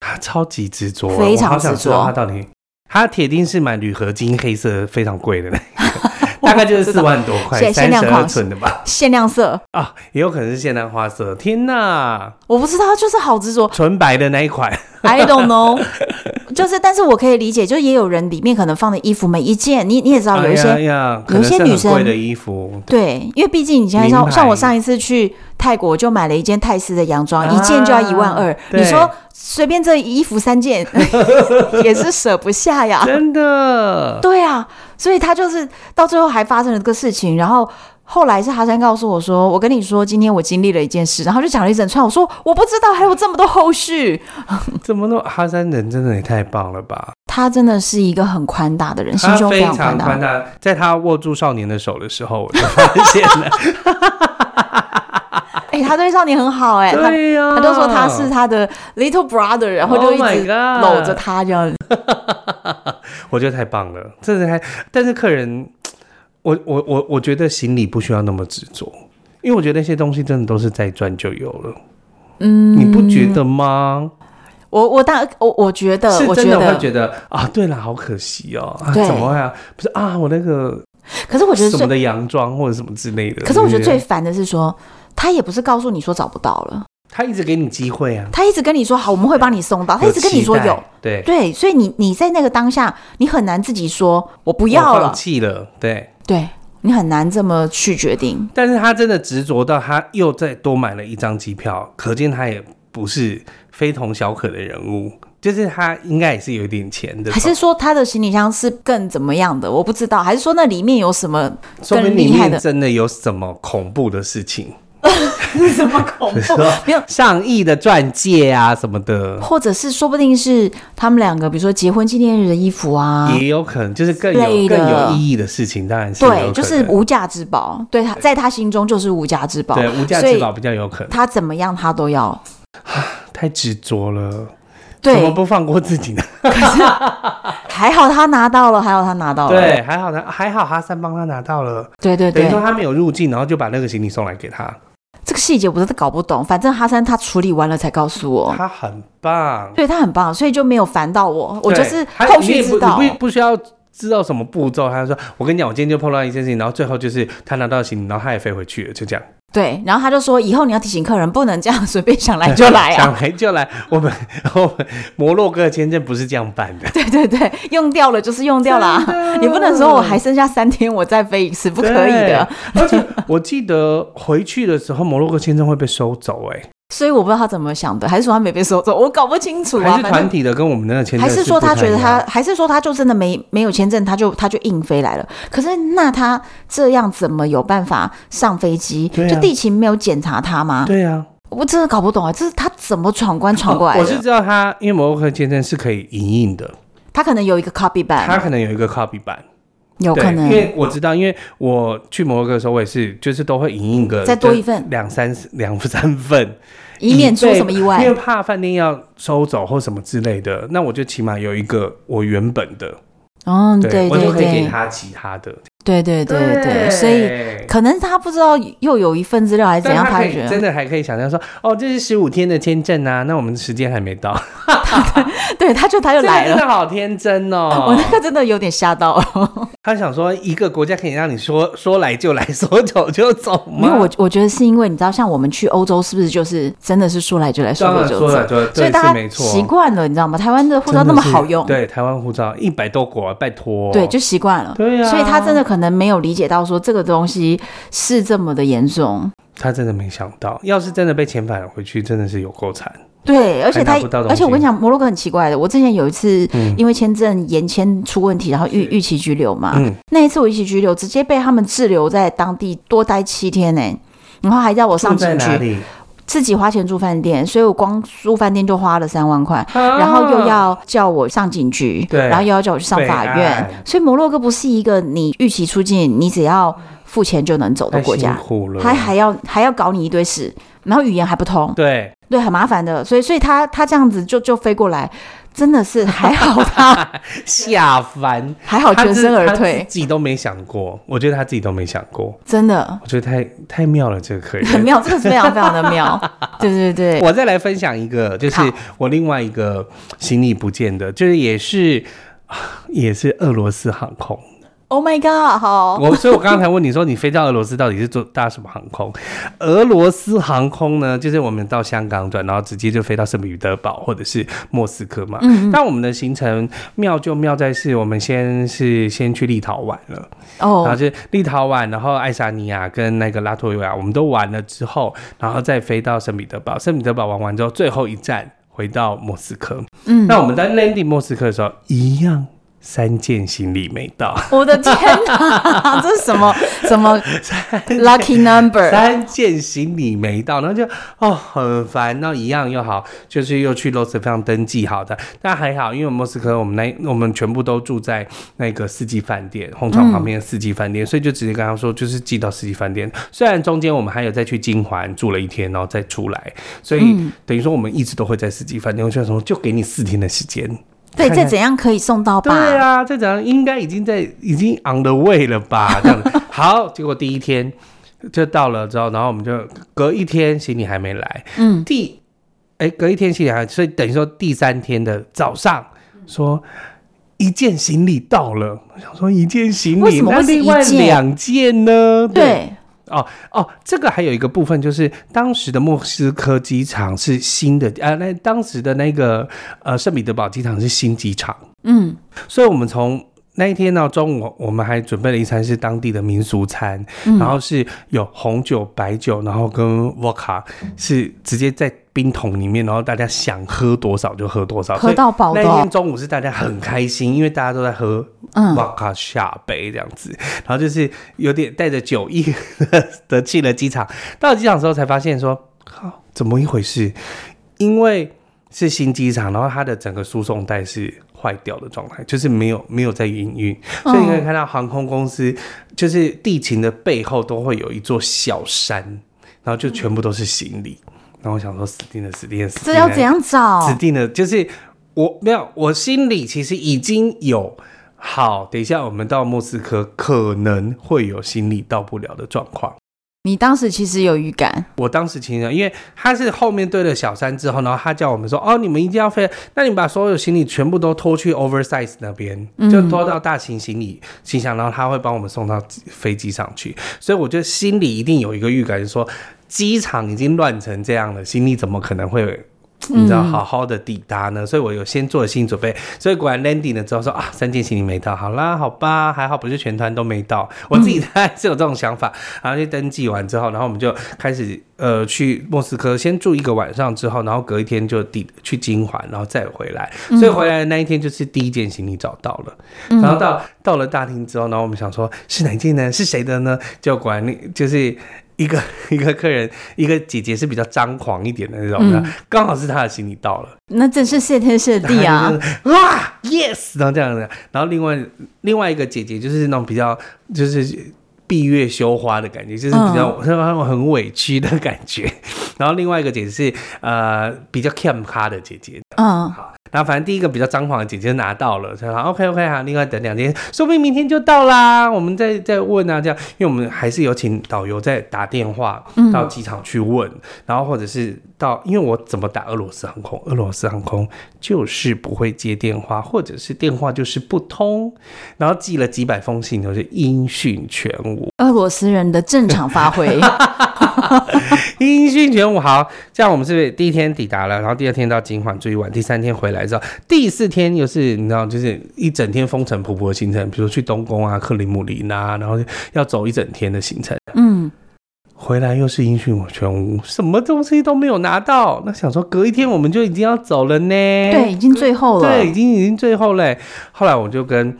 Speaker 3: 他超级执着，啊
Speaker 2: 非常
Speaker 3: 我好想知道
Speaker 2: 执着
Speaker 3: 他到底，他铁定是买铝合金黑色非常贵的那 个， 大概就是四万多块，
Speaker 2: 限
Speaker 3: 三
Speaker 2: 限量
Speaker 3: 十二
Speaker 2: 款
Speaker 3: 寸的吧？
Speaker 2: 限量色，
Speaker 3: 啊，也有可能是限量花色。天哪，
Speaker 2: 我不知道，他就是好执着。
Speaker 3: 纯白的那一款，
Speaker 2: I don't know，就是，但是我可以理解，就也有人里面可能放的衣服每一件，你你也知道，有一些、
Speaker 3: 哎呀呀，可
Speaker 2: 有
Speaker 3: 能
Speaker 2: 一些
Speaker 3: 是很
Speaker 2: 女生
Speaker 3: 贵的衣服，
Speaker 2: 对，因为毕竟你像
Speaker 3: 名牌
Speaker 2: 像像我上一次去泰国就买了一件泰式的洋装，
Speaker 3: 啊
Speaker 2: 一件就要一万二，
Speaker 3: 对
Speaker 2: 你说随便这衣服三件 也是舍不下呀。
Speaker 3: 真的。
Speaker 2: 对啊，所以他就是到最后还发生了这个事情，然后。后来是哈山告诉我说：“我跟你说，今天我经历了一件事，然后就讲了一整串。我说我不知道还有这么多后续。
Speaker 3: 怎么弄？哈山人真的也太棒了吧！
Speaker 2: 他真的是一个很宽大的人，心
Speaker 3: 他
Speaker 2: 胸
Speaker 3: 非
Speaker 2: 常
Speaker 3: 常
Speaker 2: 宽
Speaker 3: 宽大，在他握住少年的手的时候，我就发现 了。
Speaker 2: 哎、他对少年很好哎、他
Speaker 3: 对啊呀，
Speaker 2: 他就说他是他的 little brother，然后就一
Speaker 3: Oh
Speaker 2: 直
Speaker 3: my God
Speaker 2: 搂着他这样。
Speaker 3: 我觉得太棒了，真的太。但是客人，我我我我觉得行李不需要那么执着，因为我觉得那些东西真的都是再赚就有了。嗯，你不觉得吗？
Speaker 2: 我我当我我觉得，
Speaker 3: 是
Speaker 2: 呃我
Speaker 3: 真
Speaker 2: 觉
Speaker 3: 的会
Speaker 2: 得，
Speaker 3: 觉得啊，对了，好可惜哦、啊，
Speaker 2: 对
Speaker 3: 怎么会啊？不是啊，我那个
Speaker 2: 可是我觉得
Speaker 3: 什
Speaker 2: 最，
Speaker 3: 么的洋装或者什么之类的。
Speaker 2: 可是我觉得
Speaker 3: 对
Speaker 2: 最
Speaker 3: 不对
Speaker 2: 烦的是说，他也不是告诉你说找不到了，
Speaker 3: 他一直给你机会啊，
Speaker 2: 他一直跟你说好，我们会帮你送到，他一直跟你说
Speaker 3: 期待
Speaker 2: 有，
Speaker 3: 对，
Speaker 2: 对，所以你你在那个当下，你很难自己说我不
Speaker 3: 不
Speaker 2: 要
Speaker 3: 放
Speaker 2: 了，
Speaker 3: 弃了，对。
Speaker 2: 对你很难这么去决定。
Speaker 3: 但是他真的执着到他又再多买了一张机票，可见他也不是非同小可的人物，就是他应该也是有点钱的吧，
Speaker 2: 还是说他的行李箱是更怎么样的？我不知道，还是说那里面有什 么
Speaker 3: 说明
Speaker 2: 更
Speaker 3: 里
Speaker 2: 厉害
Speaker 3: 面
Speaker 2: 的？
Speaker 3: 真的有什么恐怖的事情，
Speaker 2: 什么恐
Speaker 3: 比如
Speaker 2: 怖？
Speaker 3: 说
Speaker 2: 哦没有，
Speaker 3: 上亿的钻戒啊什么的，
Speaker 2: 或者是说不定是他们两个，比如说结婚纪念日的衣服啊，
Speaker 3: 也有可能就是更
Speaker 2: 之类
Speaker 3: 有
Speaker 2: 的
Speaker 3: 更有意义的事情，当然是有可
Speaker 2: 对，
Speaker 3: 能
Speaker 2: 就是无价之宝，对他在他心中就是无价之宝，
Speaker 3: 对无价之宝，比较有可能，
Speaker 2: 他怎么样他都 要。
Speaker 3: 太执着了，怎
Speaker 2: 对，
Speaker 3: 么不放过自己呢？
Speaker 2: 还好他拿到了，还好他拿到了，
Speaker 3: 对，还好他还好哈三帮他拿到了，
Speaker 2: 对哦对
Speaker 3: 等于
Speaker 2: 对
Speaker 3: 说他没有入境，然后就把那个行李送来给他。
Speaker 2: 这个细节我真的搞不懂，反正哈森他处理完了才告诉 我，
Speaker 3: 他很棒，
Speaker 2: 对他很棒，所以就没有烦到我，我就
Speaker 3: 对
Speaker 2: 是
Speaker 3: 他
Speaker 2: 后
Speaker 3: 你也
Speaker 2: 续
Speaker 3: 不
Speaker 2: 知道
Speaker 3: 你，不不需要知道什么步骤。他就说：“我跟你讲，我今天就碰到一件事情，然后最后就是他拿到行李，然后他也飞回去了，就这样，
Speaker 2: 对，然后他就说以后你要提醒客人不能这样随便想来就来
Speaker 3: 想
Speaker 2: 啊，
Speaker 3: 来就来。我们我们摩洛哥的签证不 是这样办的，
Speaker 2: 对对对，用掉了就是用掉啦，你不能说我还剩下三天我再飞一次，不可以的，
Speaker 3: 对。而且我记得回去的时候，摩洛哥签证会被收走、欸，
Speaker 2: 所以我不知道他怎么想的，还是说他没被收走，我搞不清楚
Speaker 3: 还
Speaker 2: 啊，
Speaker 3: 是
Speaker 2: 反正
Speaker 3: 团。体的跟我们那个签证
Speaker 2: 还是说他觉得
Speaker 3: 不太一
Speaker 2: 他
Speaker 3: 样，
Speaker 2: 还是说他就真的没没有签证，他就他就硬飞来了。可是那他这样怎么有办法上飞机？
Speaker 3: 对啊
Speaker 2: 就地勤没有检查他吗？
Speaker 3: 对啊。
Speaker 2: 我真的搞不懂啊，这是他怎么闯关嗯闯过来的？
Speaker 3: 我是知道他，因为摩洛哥签证是可以影印的，
Speaker 2: 他可能有一个 copy
Speaker 3: 他
Speaker 2: 版，
Speaker 3: 可能有一个 copy 版。
Speaker 2: 嗯有
Speaker 3: 对，
Speaker 2: 可能
Speaker 3: 因为我知道，因为我去摩洛哥的时候，我也是就是都会影印个
Speaker 2: 再多一份
Speaker 3: 两三两三份，
Speaker 2: 以免出
Speaker 3: 备
Speaker 2: 什么意
Speaker 3: 因
Speaker 2: 外
Speaker 3: 为。怕饭店要收走或什么之类的，那我就起码有一个我原本的，
Speaker 2: 嗯，
Speaker 3: 对
Speaker 2: 对
Speaker 3: 我就可以给
Speaker 2: 对，
Speaker 3: 他其他的，
Speaker 2: 对对对对，所以
Speaker 3: 以。
Speaker 2: 可能他不知道又有一份资料还是怎
Speaker 3: 但
Speaker 2: 样，
Speaker 3: 他
Speaker 2: 他
Speaker 3: 可
Speaker 2: 就
Speaker 3: 以
Speaker 2: 觉
Speaker 3: 真
Speaker 2: 得
Speaker 3: 的还可以想象说，哦，这是十五天的签证啊，那我们时间还没到，
Speaker 2: 对，他就他就哦来
Speaker 3: 这个
Speaker 2: 了。
Speaker 3: 真的好天 真
Speaker 2: 我
Speaker 3: 哦
Speaker 2: 那。个真的有点吓到，
Speaker 3: 他想说，一个国家可以让你说说来就来，说走就走
Speaker 2: 没
Speaker 3: 吗？
Speaker 2: 有我我觉得是因为你知道，像我们去欧洲是不是就是真的是说来就来，说
Speaker 3: 当
Speaker 2: 走
Speaker 3: 然
Speaker 2: 就
Speaker 3: 说来
Speaker 2: 走，
Speaker 3: 就来，
Speaker 2: 所以
Speaker 3: 对
Speaker 2: 大
Speaker 3: 是
Speaker 2: 家
Speaker 3: 没错，
Speaker 2: 习惯了，你知道吗？台湾的护照那么好用，
Speaker 3: 对，台湾护照一百多国，啊拜托。
Speaker 2: 对，就习惯了。
Speaker 3: 对啊
Speaker 2: 所以他真的可能没有理解到说这个东西是这么的严重。
Speaker 3: 他真的没想到，要是真的被遣返回去，真的是有够惨。
Speaker 2: 对，而且他
Speaker 3: 还拿不到，东西嗯
Speaker 2: 而且我跟你讲，摩洛哥很奇怪的。我之前有一次因为签证延签出问题，然后预
Speaker 3: 是
Speaker 2: 预期拘留嘛。
Speaker 3: 嗯，
Speaker 2: 那一次我预期拘留，直接被他们滞留在当地多待七天呢、然后还叫我
Speaker 3: 住
Speaker 2: 上
Speaker 3: 在
Speaker 2: 警
Speaker 3: 哪
Speaker 2: 局，
Speaker 3: 里？
Speaker 2: 自己花钱住饭店，所以我光住饭店就花了三万块，然后又要叫我上警局，
Speaker 3: 啊对
Speaker 2: 然后又要叫我去上
Speaker 3: 备
Speaker 2: 法
Speaker 3: 案
Speaker 2: 院，所以摩洛哥不是一个你预期出境，你只要付钱就能走的
Speaker 3: 太
Speaker 2: 国
Speaker 3: 辛
Speaker 2: 家，
Speaker 3: 苦了，
Speaker 2: 还还要还要搞你一堆事，然后语言还不通，
Speaker 3: 对，
Speaker 2: 对，很麻烦的，所以所以他他这样子就就飞过来，真的是还好他
Speaker 3: 下凡。
Speaker 2: 还好
Speaker 3: 他
Speaker 2: 哦全
Speaker 3: 自
Speaker 2: 身而
Speaker 3: 他
Speaker 2: 退，
Speaker 3: 自己都没想过。我觉得他自己都没想过，
Speaker 2: 真的
Speaker 3: 我觉得太太妙了，这个可以。
Speaker 2: 很妙，这个是非常非常的妙，对对对，
Speaker 3: 我再来分享一个，就是
Speaker 2: 好
Speaker 3: 我另外一个行李不见的，就是也是啊也是俄罗斯航空。
Speaker 2: ，Oh my God，好，
Speaker 3: 我所以，我刚才问你说，你飞到俄罗斯到底是坐搭什么航空？俄罗斯航空呢，就是我们到香港转，然后直接就飞到圣彼得堡或者是莫斯科嘛。嗯但我们的行程妙就妙在是我们先是先去立陶宛了，然后
Speaker 2: 哦，
Speaker 3: 就是立陶宛，然后爱沙尼亚跟那个拉脱维亚，我们都玩了之后，然后再飞到圣彼得堡。圣彼得堡玩完之后，最后一站回到莫斯科。
Speaker 2: 嗯
Speaker 3: 那我们在 landing 莫斯科的时候，一样三件行李没到。
Speaker 2: 我的天 哪，这是什么什么 lucky number？
Speaker 3: 三件行李没到，然后就哦很烦。那一样又好，就是又去罗斯菲上登记好的，但还好，因为莫斯科我们那我们全部都住在那个四季饭店，红场旁边的四季饭店，所以就直接跟他说就是寄到四季饭店。虽然中间我们还有再去金环住了一天，然后再出来，所以等于说我们一直都会在四季饭店。我就想说，就给你四天的时间。
Speaker 2: 对，
Speaker 3: 看
Speaker 2: 这
Speaker 3: 看
Speaker 2: 怎样可以送到吧？
Speaker 3: 对 啊，这怎样应该已经在已经 on the way 了吧？这样子好，结果第一天就到了之后，然后我们就隔一天行李还没来，
Speaker 2: 嗯，
Speaker 3: 第哎、隔一天行李还，所以等于说第三天的早上说。一件行李到了，我想说一件行
Speaker 2: 为
Speaker 3: 李，
Speaker 2: 什么
Speaker 3: 那
Speaker 2: 会是一
Speaker 3: 另外
Speaker 2: 件
Speaker 3: 两件呢？
Speaker 2: 对，
Speaker 3: 哦，这个还有一个部分就是当时的莫斯科机场是新的，呃，那当时的那个呃圣彼得堡机场是新机场，
Speaker 2: 嗯，
Speaker 3: 所以我们从那一天到中午，我们还准备了一餐是当地的民俗餐，
Speaker 2: 嗯
Speaker 3: 然后是有红酒、白酒，然后跟 vodka 是直接在冰桶里面，然后大家想喝多少就喝多少，
Speaker 2: 喝到饱
Speaker 3: 所
Speaker 2: 的
Speaker 3: 以那一
Speaker 2: 哦
Speaker 3: 天，中午是大家很开心，因为大家都在喝
Speaker 2: 嗯，
Speaker 3: 哇卡下杯这样子，然后就是有点带着酒意 的的进了机场。到了机场之后才发现说，靠，怎么一回事？因为是新机场，然后它的整个输送带是坏掉的状态，就是没有没有在营运，所以你
Speaker 2: 嗯
Speaker 3: 可以看到航空公司就是地勤的背后都会有一座小山，然后就全部都是行李。然后我想说死定了，死定了，死定
Speaker 2: 这
Speaker 3: 了
Speaker 2: 要怎样
Speaker 3: 指
Speaker 2: 找？
Speaker 3: 定的，就是我没有，我心里其实已经有好，等一下我们到莫斯科可能会有行李到不了的状况。
Speaker 2: 你当时其实有预感，
Speaker 3: 我当时其实因为他是后面对了小三之后，然后他叫我们说，哦，你们一定要飞，那你们把所有行李全部都拖去 oversize 那边，就拖到大型行李行箱，然后他会帮我们送到飞机上去。所以我觉得心里一定有一个预感，就是说机场已经乱成这样了，行李怎么可能会？你知道好好的抵达呢，所以我有先做了心理准备，所以果然 landing 了之后说啊，三件行李没到，好啦，好吧，还好不是全团都没到，我自己大概是有这种想法，然后去登记完之后，然后我们就开始呃去莫斯科先住一个晚上，之后然后隔一天就抵去金环，然后再回来，所以回来的那一天就是第一件行李找到了，然后到到了大厅之后，然后我们想说是哪一件呢？是谁的呢？就果然就是。一个一个客人，一个姐姐是比较张狂一点的那种的，刚、好是她的行李到了，
Speaker 2: 那真是谢天谢地
Speaker 3: 然后
Speaker 2: 啊
Speaker 3: 就！是哇，yes，然后这样子，然后另外另外一个姐姐就是那种比较就是闭月羞花的感觉，就是比较让我很委屈的感觉。然后另外一个姐姐是呃比较 cam 咖的姐姐，
Speaker 2: 嗯，
Speaker 3: 然后反正第一个比较张狂的姐姐拿到了，她说 OK OK 好，另外等两天，说不定明天就到啦，我们再再问啊这样，因为我们还是有请导游在打电话到机场去问，然后或者是到，因为我怎么打俄罗斯航空，俄罗斯航空就是不会接电话，或者是电话就是不通，然后寄了几百封信都是音讯全无，
Speaker 2: 俄罗斯人的正常发 挥，
Speaker 3: 音讯全无。好，这样我们是不是第一天抵达了，然后第二天到金环住一晚，第三天回来之后，第四天又是你知道，就是一整天风尘仆仆的行程，比如去东宫啊、克里姆林啊，然后要走一整天的行程。
Speaker 2: 嗯，
Speaker 3: 回来又是音讯全无，什么东西都没有拿到。那想说隔一天我们就已经要走了呢，
Speaker 2: 对，已经最后了，
Speaker 3: 对，已经已经最后嘞。后来我就跟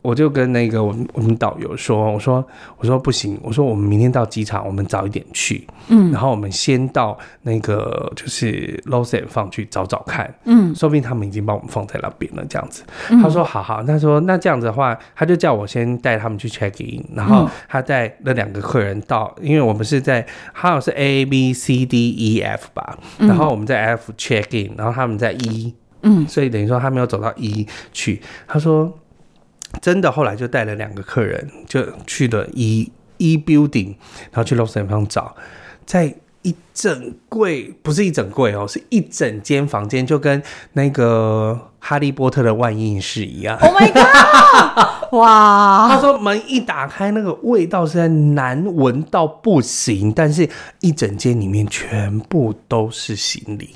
Speaker 3: 我就跟那个我们我们导游说，我说我说不行，我说我们明天到机场，我们早一点去，
Speaker 2: 嗯
Speaker 3: 然后我们先到那个就是 l o s e n 放去找找看，
Speaker 2: 嗯
Speaker 3: 说不定他们已经帮我们放在那边了，这样子。他说好好，他说那这样子的话，他就叫我先带他们去 check in，然后他带那两个客人到，因为我们是在好像是 A B C D E F 吧，然后我们在 F check in，然后他们在 E，
Speaker 2: 嗯，
Speaker 3: 所以等于说他没有走到 E 去。他说真的，后来就带了两个客人就去了 E E building，然后去 l o s e n 方找，在。一整柜不是一整柜哦，是一整间房间，就跟那个《哈利波特》的万应室一样。
Speaker 2: ，Oh my god！哇，
Speaker 3: 他说门一打开，那个味道实在难闻到不行，但是一整间里面全部都是行李，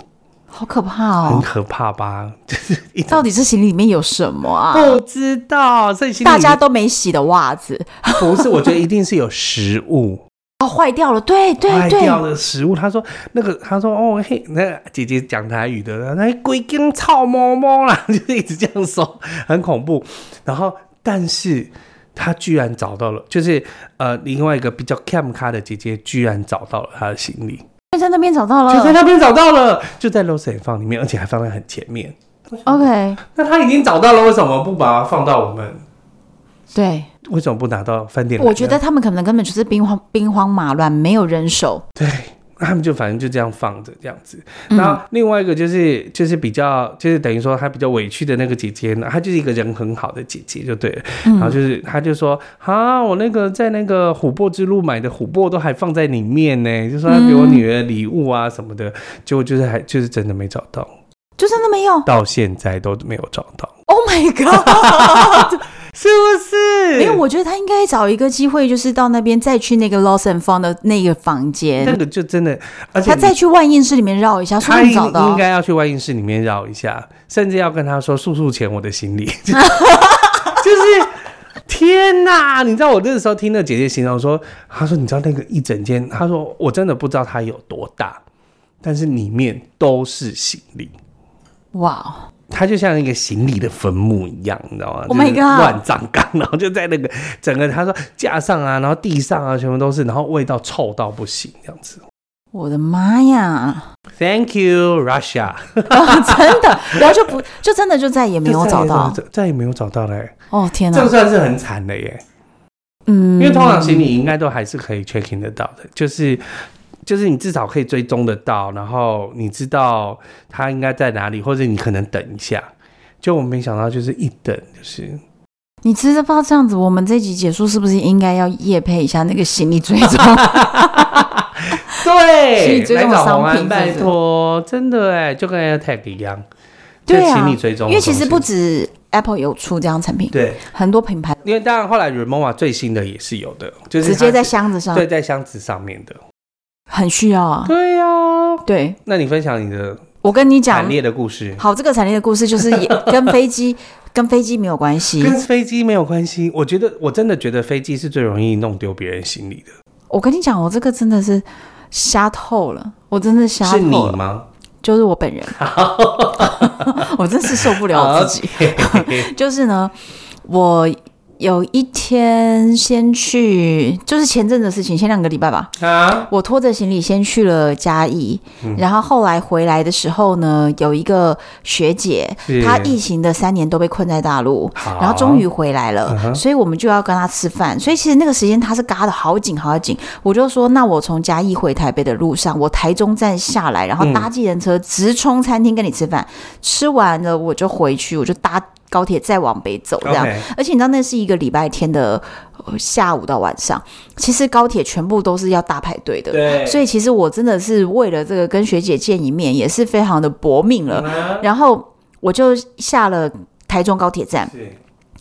Speaker 2: 好可怕
Speaker 3: 很
Speaker 2: 哦！
Speaker 3: 可怕吧？就是一
Speaker 2: 到底这行李里面有什么啊？
Speaker 3: 不知道，所以哦行李
Speaker 2: 大家都没洗的袜子
Speaker 3: 不是，我觉得一定是有食物。
Speaker 2: 哦，坏掉了，对对
Speaker 3: 坏
Speaker 2: 对，
Speaker 3: 掉的食物。他说那个，他说哦嘿，那个姐姐讲台语的，那鬼跟臭猫猫啦，就是一直这样说，很恐怖。然后，但是他居然找到了，就是呃，另外一个比较 cam 咖的姐姐，居然找到了他的行李，
Speaker 2: 就在那边找到
Speaker 3: 就
Speaker 2: 了
Speaker 3: 在那边找到了，就在 l o s e 放里面，而且还放在很前面。
Speaker 2: ，OK，
Speaker 3: 那他已经找到了，为什么不把它放到我们？
Speaker 2: 对，
Speaker 3: 为什么不拿到饭店来呢？
Speaker 2: 我觉得他们可能根本就是兵荒兵荒马乱，没有人手，
Speaker 3: 对，那他们就反正就这样放着这样子。那另外一个就是就是比较就是等于说她比较委屈的那个姐姐呢，她就是一个人很好的姐姐就对了。然后就是她就说啊，我那个在那个琥珀之路买的琥珀都还放在里面呢，就说她给我女儿礼物啊什么的，结果就是还就是真的没找到，
Speaker 2: 就真的没有。
Speaker 3: 到现在都没有找到，
Speaker 2: Oh my god！
Speaker 3: 是不是？
Speaker 2: 没有，我觉得他应该找一个机会，就是到那边再去那个 Lost and Found 的那个房
Speaker 3: 那
Speaker 2: 间，
Speaker 3: 个就真的，而且
Speaker 2: 他
Speaker 3: 你
Speaker 2: 再去万应室里面绕一下，说
Speaker 3: 他
Speaker 2: 不定
Speaker 3: 应
Speaker 2: 找到
Speaker 3: 应
Speaker 2: 啊。
Speaker 3: 该要去外应室里面绕一下，甚至要跟他说速速钱我的行李， 就是天哪！你知道我那时候听那姐姐形容说，她说你知道那个一整间，她说我真的不知道它有多大，但是里面都是行李。
Speaker 2: 哇，
Speaker 3: 它就像一个行李的坟墓一样，你知道吗
Speaker 2: Oh my
Speaker 3: 就是
Speaker 2: God
Speaker 3: 乱葬岗，然后就在那个整个他说架上啊，然后地上啊，全部都是，然后味道臭到不行，这样子。
Speaker 2: 我的妈呀！ 哦
Speaker 3: Thank you, Russia。
Speaker 2: 真的，然后就不就真的就再也没有找到。
Speaker 3: 就再也没有找到了、欸，
Speaker 2: 哦天
Speaker 3: 这
Speaker 2: 哪
Speaker 3: 个！算是很惨的耶。
Speaker 2: 嗯，
Speaker 3: 因为通常行李应该都还是可以 check in 得到的，就是就是你至少可以追踪得到，然后你知道它应该在哪里，或者你可能等一下。就我没想到，就是一等就是
Speaker 2: 你知道这样子，我们这集结束是不是应该要夜配一下那个行李追踪？行
Speaker 3: 对
Speaker 2: 李追
Speaker 3: 来
Speaker 2: 踪的
Speaker 3: 找红
Speaker 2: 商
Speaker 3: 安，
Speaker 2: 品
Speaker 3: 拜
Speaker 2: 是不是
Speaker 3: 托，真的哎，就跟 AirTag 一样，就
Speaker 2: 对啊
Speaker 3: 行李追踪的东西，
Speaker 2: 因为其实不止 Apple 有出这样的产品，
Speaker 3: 对，
Speaker 2: 很多品牌
Speaker 3: 因为当然后来 Remova 最新的也是有的，就是
Speaker 2: 直
Speaker 3: 它
Speaker 2: 接在
Speaker 3: 是
Speaker 2: 箱子上
Speaker 3: 对，在箱子上面的，
Speaker 2: 很需要啊。
Speaker 3: 对呀、
Speaker 2: 对，
Speaker 3: 那你分享你的
Speaker 2: 我跟你讲
Speaker 3: 惨，烈的故事，
Speaker 2: 好，这个惨烈的故事就是 也跟飞机跟飞机没有关系。
Speaker 3: 跟飞机没有关系。我觉得我真的觉得飞机是最容易弄丢别人行李的，
Speaker 2: 我跟你讲，我这个真的是瞎透了，我真的瞎
Speaker 3: 是你
Speaker 2: 透了，
Speaker 3: 吗？
Speaker 2: 就是我本人，我真是受不了我自 己。就是呢，我有一天先去，就是前阵子的事情，前两个礼拜吧，
Speaker 3: 啊，
Speaker 2: 我拖着行李先去了嘉义，
Speaker 3: 嗯
Speaker 2: 然后后来回来的时候呢，有一个学姐，
Speaker 3: 是
Speaker 2: 她疫情的三年都被困在大陆，
Speaker 3: 好
Speaker 2: 然后终于回来了
Speaker 3: 嗯，哼
Speaker 2: 所以我们就要跟她吃饭。所以其实那个时间她是嘎的好紧好紧，我就说那我从嘉义回台北的路上，我台中站下
Speaker 3: 嗯
Speaker 2: 来，然后搭计程车直冲餐厅跟你吃饭，吃完了我就回去，我就搭高铁再往北走这样。
Speaker 3: OK，
Speaker 2: 而且你知道那是一个礼拜天的、呃下午到晚上，其实高铁全部都是要大排队的。
Speaker 3: 对，
Speaker 2: 所以其实我真的是为了这个跟学姐见一面，也是非常的搏命
Speaker 3: 嗯
Speaker 2: 了。然后我就下了台中高铁站，
Speaker 3: 是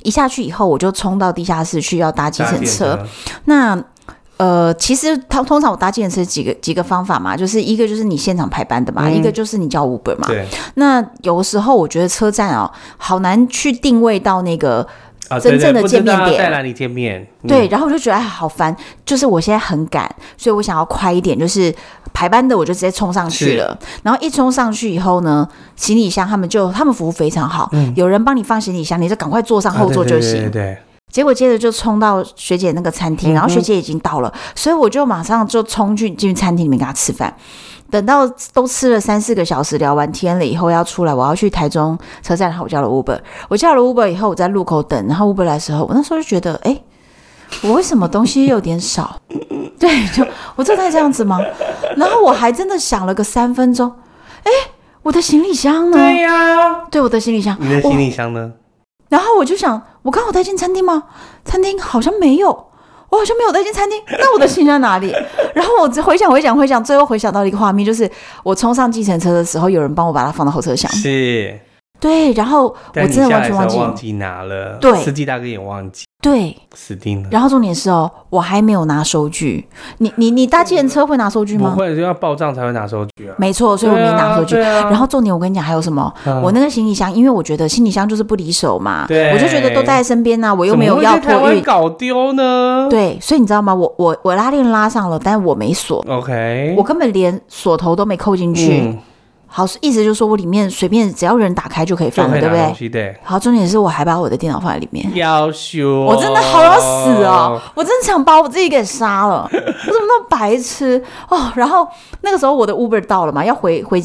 Speaker 2: 一下去以后我就冲到地下室去要搭计
Speaker 3: 搭
Speaker 2: 程
Speaker 3: 电
Speaker 2: 车。那呃，其实通通常我搭计程车几个几个方法嘛，就是一个就是你现场排班的嘛，
Speaker 3: 嗯
Speaker 2: 一个就是你叫 Uber 嘛。
Speaker 3: 对
Speaker 2: 那有的时候我觉得车站哦，好难去定位到那个
Speaker 3: 啊，
Speaker 2: 真
Speaker 3: 对
Speaker 2: 正的
Speaker 3: 对不知
Speaker 2: 见面
Speaker 3: 道
Speaker 2: 点
Speaker 3: 在哪里见面？嗯
Speaker 2: 对，，然后我就觉得哎，好烦，就是我现在很赶，所以我想要快一点，就是排班的我就直接冲上去了。然后一冲上去以后呢，行李箱他们就他们服务非常好，有人帮你放行李箱，你就赶快坐上
Speaker 3: 嗯啊
Speaker 2: 后座就
Speaker 3: 对对
Speaker 2: 行。
Speaker 3: 对对，
Speaker 2: 结果接着就冲到学姐那个餐
Speaker 3: 嗯
Speaker 2: 厅，然后学姐已经到了，所以我就马上就冲去进去餐厅里面跟她吃饭。等到都吃了三四个小时，聊完天了以后要出来，我要去台中车站，然后我叫了 Uber。我叫了 Uber 以后，我在路口等，然后 Uber 来的时候，我那时候就觉得，哎、我为什么东西有点少？对，就我真的这样子吗？然后我还真的想了个三分钟，哎、我的行李箱呢？
Speaker 3: 对呀，
Speaker 2: 对我的行李箱，
Speaker 3: 你的
Speaker 2: 我
Speaker 3: 行李箱呢？
Speaker 2: 然后我就想，我刚好带进餐厅吗？餐厅好像没有，我好像没有带进餐厅。 那我的行李在哪里？然后我只回想、回想、回想，最后回想到了一个画面，就是我冲上计程车的时候，有人帮我把它放到后车厢。
Speaker 3: 是，
Speaker 2: 对，然后
Speaker 3: 但
Speaker 2: 我
Speaker 3: 你
Speaker 2: 真的
Speaker 3: 下
Speaker 2: 完
Speaker 3: 来
Speaker 2: 全
Speaker 3: 时
Speaker 2: 忘
Speaker 3: 候
Speaker 2: 记。
Speaker 3: 忘记拿了，
Speaker 2: 对
Speaker 3: 司机大哥也忘记，
Speaker 2: 对，
Speaker 3: 死定了。
Speaker 2: 然后重点是哦，我还没有拿收据。你你你搭计程车会拿收据
Speaker 3: 不
Speaker 2: 吗？
Speaker 3: 会，就要报账才会拿收据啊。
Speaker 2: 没错，所以我没拿收据。
Speaker 3: 对啊对啊
Speaker 2: 然后重点，我跟你讲还有什么？
Speaker 3: 嗯
Speaker 2: 我那个行李箱，因为我觉得行李箱就是不离手嘛，
Speaker 3: 对
Speaker 2: 我就觉得都带在身边呐、我又
Speaker 3: 怎
Speaker 2: 没
Speaker 3: 么
Speaker 2: 有
Speaker 3: 会
Speaker 2: 要
Speaker 3: 在台
Speaker 2: 托
Speaker 3: 湾
Speaker 2: 运，
Speaker 3: 搞丢呢？
Speaker 2: 对，所以你知道吗？我我我拉链拉上了，但我没锁，
Speaker 3: ，OK，
Speaker 2: 我根本连锁头都没扣进去。
Speaker 3: 嗯
Speaker 2: 好，意思就是说我里面随便只要人打开就可以
Speaker 3: 就
Speaker 2: 放
Speaker 3: 可
Speaker 2: 了，
Speaker 3: 以
Speaker 2: 对
Speaker 3: 拿
Speaker 2: 不
Speaker 3: 东
Speaker 2: 对？
Speaker 3: 西，对。
Speaker 2: 好，重点是我还把我的电脑放在里面。
Speaker 3: 要修、
Speaker 2: 我真的好要死哦！！我真的想把我自己给杀 了，我怎么那么白痴哦？然后那个时候我的 Uber 到了嘛，要回回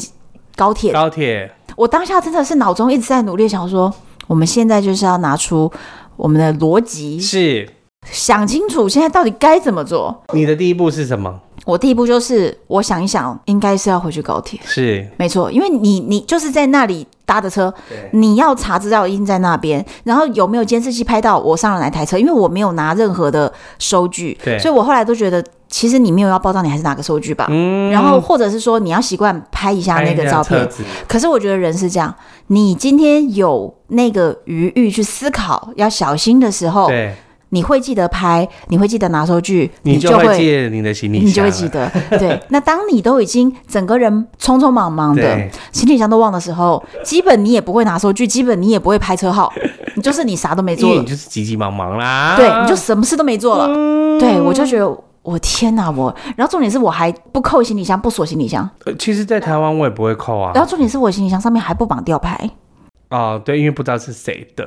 Speaker 2: 高铁
Speaker 3: 高铁
Speaker 2: 我当下真的是脑中一直在努力想说，我们现在就是要拿出我们的逻辑，
Speaker 3: 是
Speaker 2: 想清楚现在到底该怎么做。
Speaker 3: 你的第一步是什么？
Speaker 2: 我第一步就是我想一想，哦应该是要回去高铁。
Speaker 3: 是
Speaker 2: 没错，因为你你就是在那里搭的车，你要查资料一定在那边，然后有没有监视器拍到我上了哪台车？因为我没有拿任何的收据，
Speaker 3: 对
Speaker 2: 所以我后来都觉得，其实你没有要报账，你还是拿个收据吧。然后或者是说你要习惯拍一下那个照
Speaker 3: 嗯拍一下车
Speaker 2: 片。
Speaker 3: 子
Speaker 2: 可是我觉得人是这样，你今天有那个余裕去思考，要小心的时候，
Speaker 3: 对，
Speaker 2: 你会记得拍，你会记得拿收据，
Speaker 3: 你
Speaker 2: 就
Speaker 3: 就会借你的行李箱了，啊
Speaker 2: 你就会记得。对，那当你都已经整个人匆匆忙忙的
Speaker 3: 对，
Speaker 2: 行李箱都忘的时候，基本你也不会拿收据，基本你也不会拍车号，你就是你啥都没
Speaker 3: 因
Speaker 2: 做
Speaker 3: 为
Speaker 2: 了
Speaker 3: 你，就是急急忙忙啦。
Speaker 2: 对，你就什么事都没做了。对我就觉得。我天哪！我，然后重点是我还不扣行李箱，不锁行李箱，
Speaker 3: 呃其实，在台湾我也不会扣啊。
Speaker 2: 然后重点是我行李箱上面还不绑吊牌，
Speaker 3: 哦，对，因为不知道是谁的，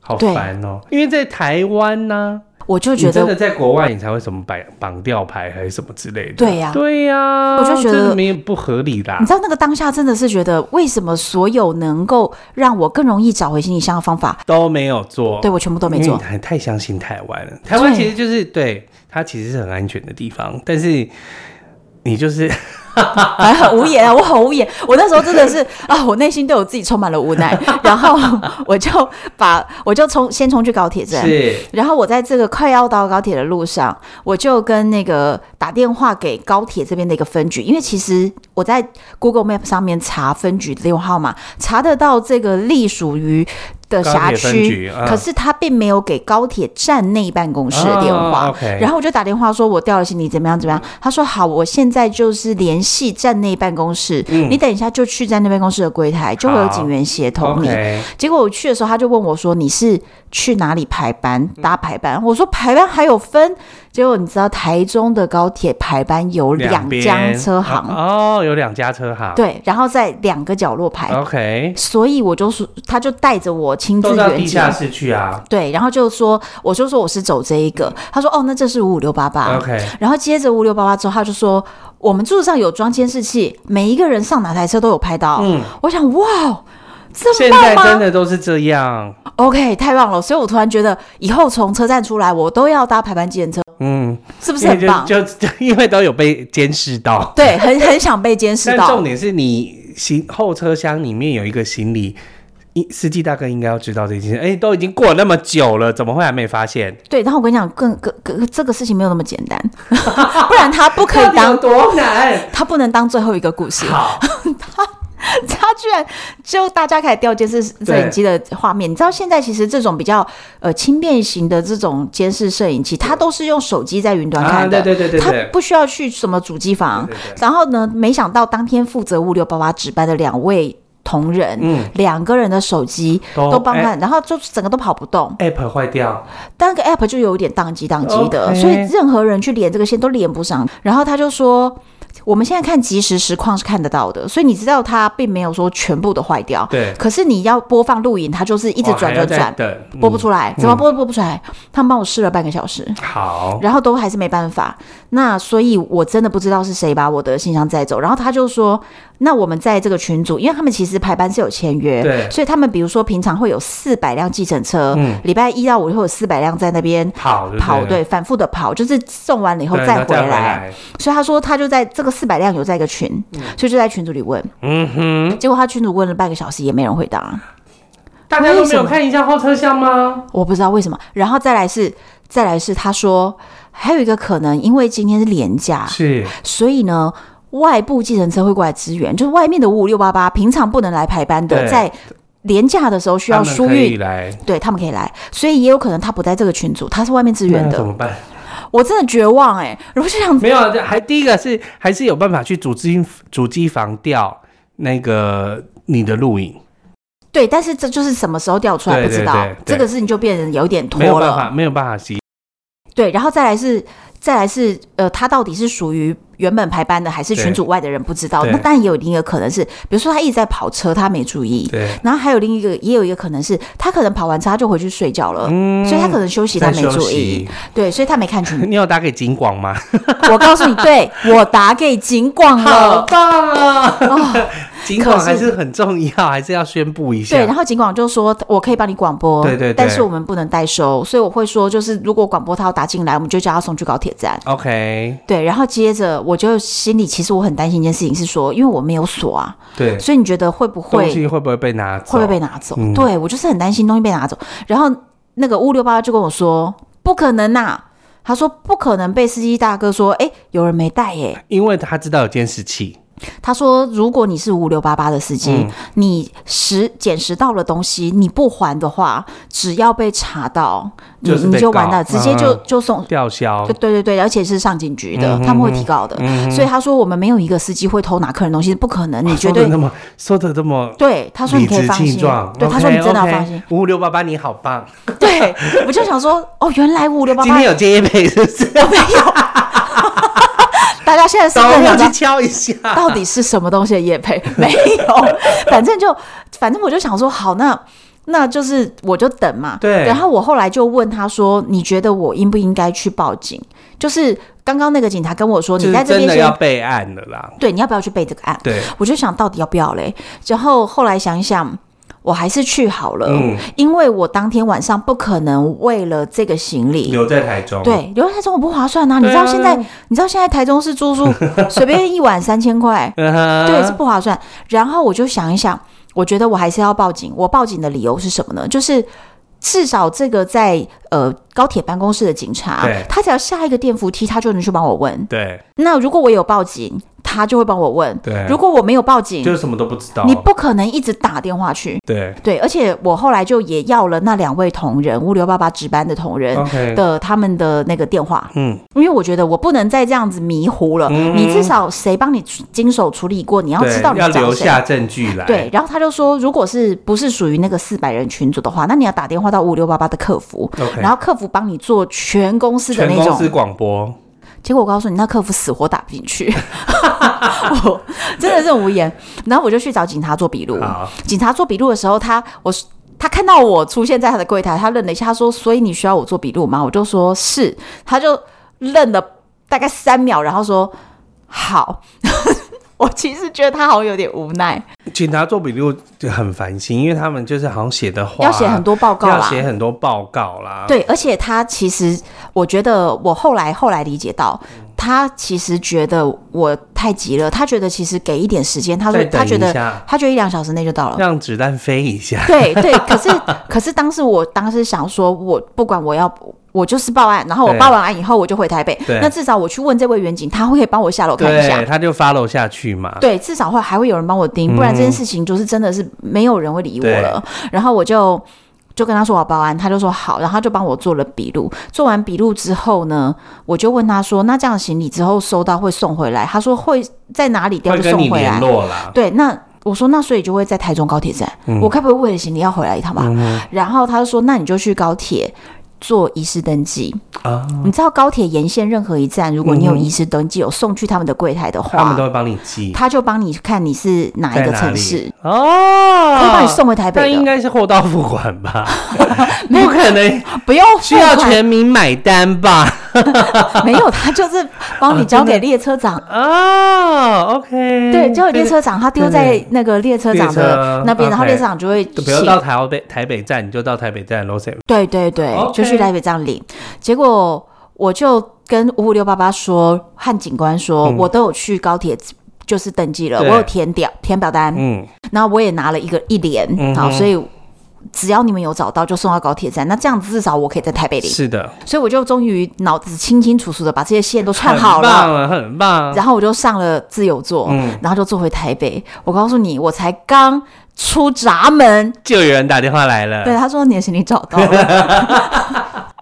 Speaker 3: 好
Speaker 2: 对
Speaker 3: 烦哦。因为在台湾呢、
Speaker 2: 我就
Speaker 3: 你
Speaker 2: 觉
Speaker 3: 真
Speaker 2: 得
Speaker 3: 的在国外，你才会什么绑绑吊牌还是什么之类的。
Speaker 2: 对呀
Speaker 3: 对呀、
Speaker 2: 我就觉得
Speaker 3: 这没有不合理啦
Speaker 2: 你。知道那个当下真的是觉得，为什么所有能够让我更容易找回行李箱的方法，
Speaker 3: 都没有做，
Speaker 2: 对我全部都没
Speaker 3: 哦因为
Speaker 2: 做
Speaker 3: 你？太太相信台湾了。台湾其实就是对它其实是很安全的地方，但是你就是
Speaker 2: 反正很无言啊， 我很无言。我那时候真的是啊，我内心对我自己充满了无奈。然后我就把我就冲先冲去高铁站，
Speaker 3: 是
Speaker 2: 然后我在这个快要到高铁的路上，我就跟那个打电话给高铁这边的一个分局，因为其实我在 Google Map 上面查分局的电话号码，查得到这个隶属于。的
Speaker 3: 高铁
Speaker 2: 辖
Speaker 3: 分
Speaker 2: 区
Speaker 3: 局，啊
Speaker 2: 可是他并没有给高铁站内办公室的电话。
Speaker 3: 哦，OK
Speaker 2: 然后我就打电话说，我掉了行李，怎么样怎么样？他说好，我现在就是联系站内办公室，你等一下就去站内办公室的柜台，就会有
Speaker 3: 嗯好
Speaker 2: 警员协同你。
Speaker 3: OK，
Speaker 2: 结果我去的时候，他就问我说：“你是去哪里排班
Speaker 3: 嗯
Speaker 2: 搭排班？”我说：“排班还有分。”结果你知道台中的高铁排班有两
Speaker 3: 边
Speaker 2: 江车行，
Speaker 3: 哦，哦有两家车行，
Speaker 2: 对，然后在两个角落排，
Speaker 3: 哦，OK，
Speaker 2: 所以我就说，他就带着我亲自
Speaker 3: 都到
Speaker 2: 远
Speaker 3: 地
Speaker 2: 景
Speaker 3: 下。室去啊
Speaker 2: 对，然后就说，我就说我是走这一个，他说哦，那这是五五六八八
Speaker 3: 嗯，OK，
Speaker 2: 然后接着五六八八之后，他就说我们柱上有装监视器，每一个人上哪台车都有拍到。
Speaker 3: 嗯，
Speaker 2: 我想哇，这
Speaker 3: 现
Speaker 2: 么棒啊
Speaker 3: 在
Speaker 2: 吗？
Speaker 3: 真的都是这样，
Speaker 2: OK，太棒了！所以我突然觉得，以后从车站出来，我都要搭排班计程车，
Speaker 3: 嗯，
Speaker 2: 是不是
Speaker 3: 因为
Speaker 2: 很
Speaker 3: 就
Speaker 2: 棒？
Speaker 3: 就 就因为都有被监视到。
Speaker 2: 对，很很想被监视
Speaker 3: 但
Speaker 2: 到。
Speaker 3: 重点是你行后车厢里面有一个行李，一司机大哥应该要知道这件事。哎、都已经过了那么久了，怎么会还没发现？
Speaker 2: 对，然后我跟你讲，更更更这个事情没有那么简单，不然他不可 以
Speaker 3: 到
Speaker 2: 当
Speaker 3: 底有，多难？
Speaker 2: 他不能当最后一个故事。
Speaker 3: 好，
Speaker 2: 他居然就大家开始调监视摄影机的画面，你知道现在其实这种比较呃轻便型的这种监视摄影机，它都是用手机在云端看的，
Speaker 3: 啊对对对对对
Speaker 2: 它不需要去什么主机房。
Speaker 3: 对对
Speaker 2: 然后呢，没想到当天负责物流八八值班的两位同仁，
Speaker 3: 嗯
Speaker 2: 两个人的手机
Speaker 3: 都
Speaker 2: 都帮他，
Speaker 3: 哎
Speaker 2: 然后就整个都跑不动，
Speaker 3: ，App 坏掉，
Speaker 2: 但那个 app 就有点宕机宕机的
Speaker 3: OK
Speaker 2: 所以任何人去连这个线都连不上。然后他就说。我们现在看即时实况是看得到的，所以你知道它并没有说全部都坏掉。
Speaker 3: 对哦
Speaker 2: 可是你要播放录影，它就是一
Speaker 3: 一
Speaker 2: 直转转转，
Speaker 3: 等、嗯
Speaker 2: 播不出
Speaker 3: 来。
Speaker 2: 来，怎么播都播不出来？他们帮我试了半个小时。
Speaker 3: 好，
Speaker 2: 然后都还是没办法。那所以，我真的不知道是谁把我的信箱载走。然后他就说，那我们在这个群组，因为他们其实排班是有签约，
Speaker 3: 对
Speaker 2: 所以他们比如说平常会有四百辆计程车，
Speaker 3: 嗯
Speaker 2: 礼拜一到五会有四百辆在那边。
Speaker 3: 跑就
Speaker 2: 跑
Speaker 3: 对
Speaker 2: 对，
Speaker 3: 了，
Speaker 2: 反复的跑，就是送完了以后
Speaker 3: 对
Speaker 2: 再回
Speaker 3: 回
Speaker 2: 来。，所以他说他就在这个四百辆有在一个群，所以就在群组里问。
Speaker 3: 嗯哼，
Speaker 2: 结果他群主问了半个小时也没人回答，
Speaker 3: 大家都
Speaker 2: 为
Speaker 3: 没
Speaker 2: 什
Speaker 3: 有
Speaker 2: 么
Speaker 3: 看一下后车厢吗？
Speaker 2: 我不知道为什么。然后再来是再来是他说还有一个可能，因为今天是连假，
Speaker 3: 是，
Speaker 2: 所以呢，外部计程车会过来支援，就是外面的五五六八八平常不能来排班的，
Speaker 3: 对
Speaker 2: 在廉价的时候需要
Speaker 3: 他们
Speaker 2: 疏
Speaker 3: 可以
Speaker 2: 运。
Speaker 3: 来，
Speaker 2: 对他们可以来，所以也有可能他不在这个群组，他是外面支
Speaker 3: 那
Speaker 2: 援
Speaker 3: 怎么
Speaker 2: 的。
Speaker 3: 办？
Speaker 2: 我真的绝望哎、 我就想
Speaker 3: 啊没有，啊，还第一个是还是有办法去主机主机房调那个你的录影，
Speaker 2: 对，但是这就是什么时候调出来
Speaker 3: 对
Speaker 2: 不知道，
Speaker 3: 对对对
Speaker 2: 这个事情就变得有点
Speaker 3: 没有
Speaker 2: 拖
Speaker 3: 办法，
Speaker 2: 了。
Speaker 3: 没有办法洗。
Speaker 2: 对，然后再来是再来是呃，他到底是属于原本排班的还是
Speaker 3: 对
Speaker 2: 群组外的人不知道。
Speaker 3: 对
Speaker 2: 那当然也有另一个可能是，比如说他一直在跑车，他没注意。
Speaker 3: 对，
Speaker 2: 然后还有另一个，也有一个可能是他可能跑完车他就回去睡觉了，
Speaker 3: 嗯
Speaker 2: 所以他可能休息，他没
Speaker 3: 在休
Speaker 2: 注意
Speaker 3: 息，。
Speaker 2: 对，所以他没看群。
Speaker 3: 你有打给警广吗？
Speaker 2: 我告诉你，对我打给警广了，
Speaker 3: 棒啊！
Speaker 2: 哦
Speaker 3: 尽管还是很重要，还是要宣布一下。
Speaker 2: 对，然后尽管就说我可以帮你广播，
Speaker 3: 对对对
Speaker 2: 但是我们不能代收，所以我会说，就是如果广播他要打进来，我们就叫他送去高铁站。
Speaker 3: OK，
Speaker 2: 对，然后接着我就心里其实我很担心一件事情是说，因为我没有锁啊，
Speaker 3: 对，
Speaker 2: 所以你觉得会不
Speaker 3: 东
Speaker 2: 会
Speaker 3: 西会不会被拿走？
Speaker 2: 会不会被拿走？
Speaker 3: 嗯
Speaker 2: 对我就是很担心东西被拿走。然后那个五六八就跟我说，不可能呐、他说不可能被司机大哥说，哎，有人没带耶、
Speaker 3: 因为他知道有监视器，
Speaker 2: 他说，如果你是五六八八的司机，
Speaker 3: 嗯
Speaker 2: 你拾捡拾到了东西你不还的话，只要被查到，你
Speaker 3: 就是被
Speaker 2: 你就完
Speaker 3: 告
Speaker 2: 蛋，直接就
Speaker 3: 嗯
Speaker 2: 就送。
Speaker 3: 吊销
Speaker 2: 对。对对，而且是上警局的，
Speaker 3: 嗯哼啊
Speaker 2: 他们会提告的。所以他说，我们没有一个司机会偷拿客人东西，不可能，你绝
Speaker 3: 说
Speaker 2: 对
Speaker 3: 的那么说的这么
Speaker 2: 对。他说你
Speaker 3: 理
Speaker 2: 可以
Speaker 3: 直
Speaker 2: 放
Speaker 3: 气
Speaker 2: 心
Speaker 3: 壮，，
Speaker 2: 对他说你真的要放心。。
Speaker 3: 五六八八，你好棒！
Speaker 2: 对，我就想说，哦，原来五六八
Speaker 3: 今
Speaker 2: 八
Speaker 3: 天有接夜配是 不是？
Speaker 2: 没有？大家现在是
Speaker 3: 稍
Speaker 2: 不
Speaker 3: 微
Speaker 2: 是
Speaker 3: 要
Speaker 2: 很
Speaker 3: 去敲一下。
Speaker 2: 到底是什么东西的叶配？没 有，反正就反正我就想说，好，那那就是我就等嘛。
Speaker 3: 对
Speaker 2: 然后我后来就问他说：“你觉得我应不应该去报警？”就是刚刚那个警察跟我说：“
Speaker 3: 就
Speaker 2: 你
Speaker 3: 是
Speaker 2: 在这
Speaker 3: 真
Speaker 2: 边
Speaker 3: 的要
Speaker 2: 先。
Speaker 3: 备案了啦”。
Speaker 2: 对，你要不要去备这个案？
Speaker 3: 对，
Speaker 2: 我就想到底要不要嘞？然后后来想一想，我还是去好了，
Speaker 3: 嗯
Speaker 2: 因为我当天晚上不可能为了这个行李
Speaker 3: 留在台中。
Speaker 2: 对，留在台中我不划算呐、你
Speaker 3: 对
Speaker 2: 知
Speaker 3: 啊
Speaker 2: 道现在，你知道现在台中市住宿 随便一晚三千块，
Speaker 3: 嗯哼，
Speaker 2: 对，是不划算。然后我就想一想，我觉得我还是要报警。我报警的理由是什么呢？就是。至少这个在呃高铁办公室的警察
Speaker 3: 对，
Speaker 2: 他只要下一个电扶梯，他就能去帮我问。
Speaker 3: 对
Speaker 2: 那如果我有报警，他就会帮我问；
Speaker 3: 对，
Speaker 2: 如果我没有报警，
Speaker 3: 就是什么都不知道，
Speaker 2: 你不可能一直打电话去。
Speaker 3: 对
Speaker 2: 对，而且我后来就也要了那两位同仁，物流爸爸值班的同仁
Speaker 3: OK
Speaker 2: 的他们的那个电话，
Speaker 3: 嗯，
Speaker 2: 因为我觉得我不能再这样子迷糊了。
Speaker 3: 嗯
Speaker 2: 你至少谁帮你经手处理过，你要
Speaker 3: 对
Speaker 2: 知道你
Speaker 3: 要
Speaker 2: 找
Speaker 3: 留
Speaker 2: 谁
Speaker 3: 下证据来。
Speaker 2: 对，然后他就说，如果是不是属于那个四百人群组的话，那你要打电话到五六八八的客服
Speaker 3: OK
Speaker 2: 然后客服帮你做全公司的
Speaker 3: 全
Speaker 2: 那
Speaker 3: 公司
Speaker 2: 种。
Speaker 3: 广播，
Speaker 2: 结果我告诉你，那客服死活打不进去， 我真的是无言。然后我就去找警察做笔录。
Speaker 3: 好，
Speaker 2: 警察做笔录的时候，他我他看到我出现在他的柜台，他愣了一下，他说：“所以你需要我做笔录吗？”我就说是，他就愣了大概三秒，然后说：“好。” 我其实觉得他好像有点无奈，
Speaker 3: 警察做笔录就很烦心，因为他们就是好像写的话
Speaker 2: 要写很多报告
Speaker 3: 要
Speaker 2: 啦。
Speaker 3: 写很多报告啦。，
Speaker 2: 对，而且他其实，我觉得我后来后来理解到，
Speaker 3: 嗯
Speaker 2: 他其实觉得我太急了，他觉得其实给一点时间，他说
Speaker 3: 再
Speaker 2: 他
Speaker 3: 等
Speaker 2: 觉
Speaker 3: 一
Speaker 2: 得
Speaker 3: 下，
Speaker 2: 他觉得一两小时内就到了。
Speaker 3: 让子弹飞一下。
Speaker 2: 对对，可是可是当时我当时想说，我不管我要。我就是报案，然后我
Speaker 3: 对
Speaker 2: 报完案以后我就回台北。
Speaker 3: 对
Speaker 2: 那至少我去问这位远景，他会可以帮我下楼看一下
Speaker 3: 对，。他就 follow 下去嘛。
Speaker 2: 对，至少会还会有人帮我盯，不然
Speaker 3: 嗯
Speaker 2: 这件事情就是真的是没有人会理我了。然后我就就跟他说我要报案，他就说好，然后他就帮我做了笔录。做完笔录之后呢，我就问他说，那这样行李之后收到会送回来？他说会在哪里掉
Speaker 3: 会
Speaker 2: 就
Speaker 3: 跟
Speaker 2: 送
Speaker 3: 你
Speaker 2: 回来
Speaker 3: 联。络啦。
Speaker 2: 对，那我说那所以就会在台中高铁站，
Speaker 3: 嗯
Speaker 2: 我该不会为了行李要回来一趟吧？然后他就说，那你就去高铁。做遗失登记，
Speaker 3: 啊，
Speaker 2: 你知道高铁沿线任何一站，如果你有
Speaker 3: 嗯哼
Speaker 2: 遗失登记，有送去他们的柜台的话，
Speaker 3: 他们都会帮你记
Speaker 2: 他就帮你看你是哪一个城市，
Speaker 3: 在哪里哦，
Speaker 2: 他会帮你送回台
Speaker 3: 那
Speaker 2: 北的，
Speaker 3: 应该是货到付款吧？ 不可能
Speaker 2: 不用
Speaker 3: 需要
Speaker 2: 付款
Speaker 3: 全民买单吧？
Speaker 2: 没有，他就是帮你
Speaker 3: 啊
Speaker 2: 交给列车长。
Speaker 3: 哦，OK，
Speaker 2: 对，交给列车长，他丢在那个列车长的
Speaker 3: 列车啊
Speaker 2: 那边，然后
Speaker 3: OK
Speaker 2: 列车长就会
Speaker 3: 就不要到
Speaker 2: 请，
Speaker 3: 台北台北站，你就到台北站 l o s e
Speaker 2: 对对对，
Speaker 3: OK
Speaker 2: 就去台北站领。结果我就跟五五六八八说，和警官说，
Speaker 3: 嗯
Speaker 2: 我都有去高铁，就是登记了，
Speaker 3: 对
Speaker 2: 我有填表填表单，
Speaker 3: 嗯，
Speaker 2: 那我也拿了一个一联，
Speaker 3: 嗯哼
Speaker 2: 好，所以只要你们有找到，就送到高铁站。那这样子至少我可以在台北领。
Speaker 3: 是的，
Speaker 2: 所以我就终于脑子清清楚楚的把这些线都串好
Speaker 3: 很棒
Speaker 2: 了，
Speaker 3: 啊，很棒。
Speaker 2: 然后我就上了自由座，
Speaker 3: 嗯
Speaker 2: 然后就坐回台北。我告诉你，我才刚出闸门，
Speaker 3: 就有人打电话来了，
Speaker 2: 对他说你的行李找到了。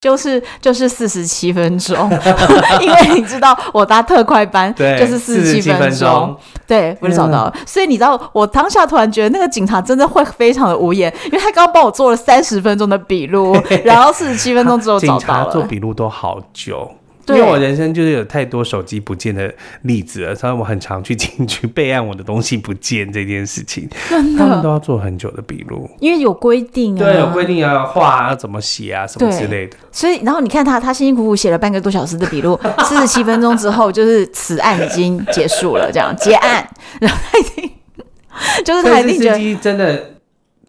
Speaker 2: 就是就是四十七分钟， 因为你知道我搭特快班，
Speaker 3: 对，
Speaker 2: 就是四十七
Speaker 3: 47分嗯
Speaker 2: 钟，，对，我就找到了。所以你知道，我当下突然觉得那个警察真的会非常的无言，因为他刚刚帮我做了三十分钟的笔录，然后四十七分钟之后找
Speaker 3: 警
Speaker 2: 到
Speaker 3: 察
Speaker 2: 了。
Speaker 3: 做笔录都好久。因
Speaker 2: 对
Speaker 3: 为我人生就是有太多手机不见的例子了，所以我很常去警局备案我的东西不见这件事情，他们都要做很久的笔录。
Speaker 2: 因为有规定啊，
Speaker 3: 对，有规定要画要怎么写啊，什么之类的。
Speaker 2: 所以然后你看他，他辛辛苦苦写了半个多小时的笔 录， 四十七分钟之后，就是此案已经结束了，这样结案，然后他已经就是他
Speaker 3: 但
Speaker 2: 一
Speaker 3: 是
Speaker 2: 定觉
Speaker 3: 司
Speaker 2: 得，
Speaker 3: 机真的，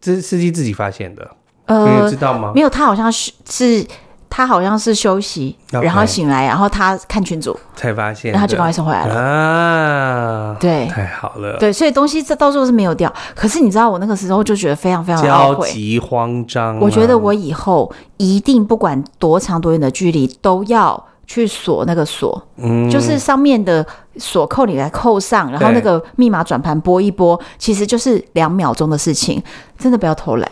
Speaker 3: 这是司机自己发现的，你
Speaker 2: 呃
Speaker 3: 知，道吗
Speaker 2: 没？有，他好像是是他好像是休息
Speaker 3: OK
Speaker 2: 然后醒来，然后他看群组，
Speaker 3: 才发现的，
Speaker 2: 然后他就把他送回来了。
Speaker 3: 啊，
Speaker 2: 对
Speaker 3: 太好了，
Speaker 2: 对，所以东西这到时候是没有掉。可是你知道，我那个时候就觉得非常非常的懊
Speaker 3: 焦
Speaker 2: 悔。
Speaker 3: 急慌张啊，
Speaker 2: 我觉得我以后一定不管多长多远的距离，都要去锁那个锁，
Speaker 3: 嗯
Speaker 2: 就是上面的锁扣你来扣上，然后
Speaker 3: 对
Speaker 2: 那个密码转盘拨一拨，其实就是两秒钟的事情，真的不要偷懒。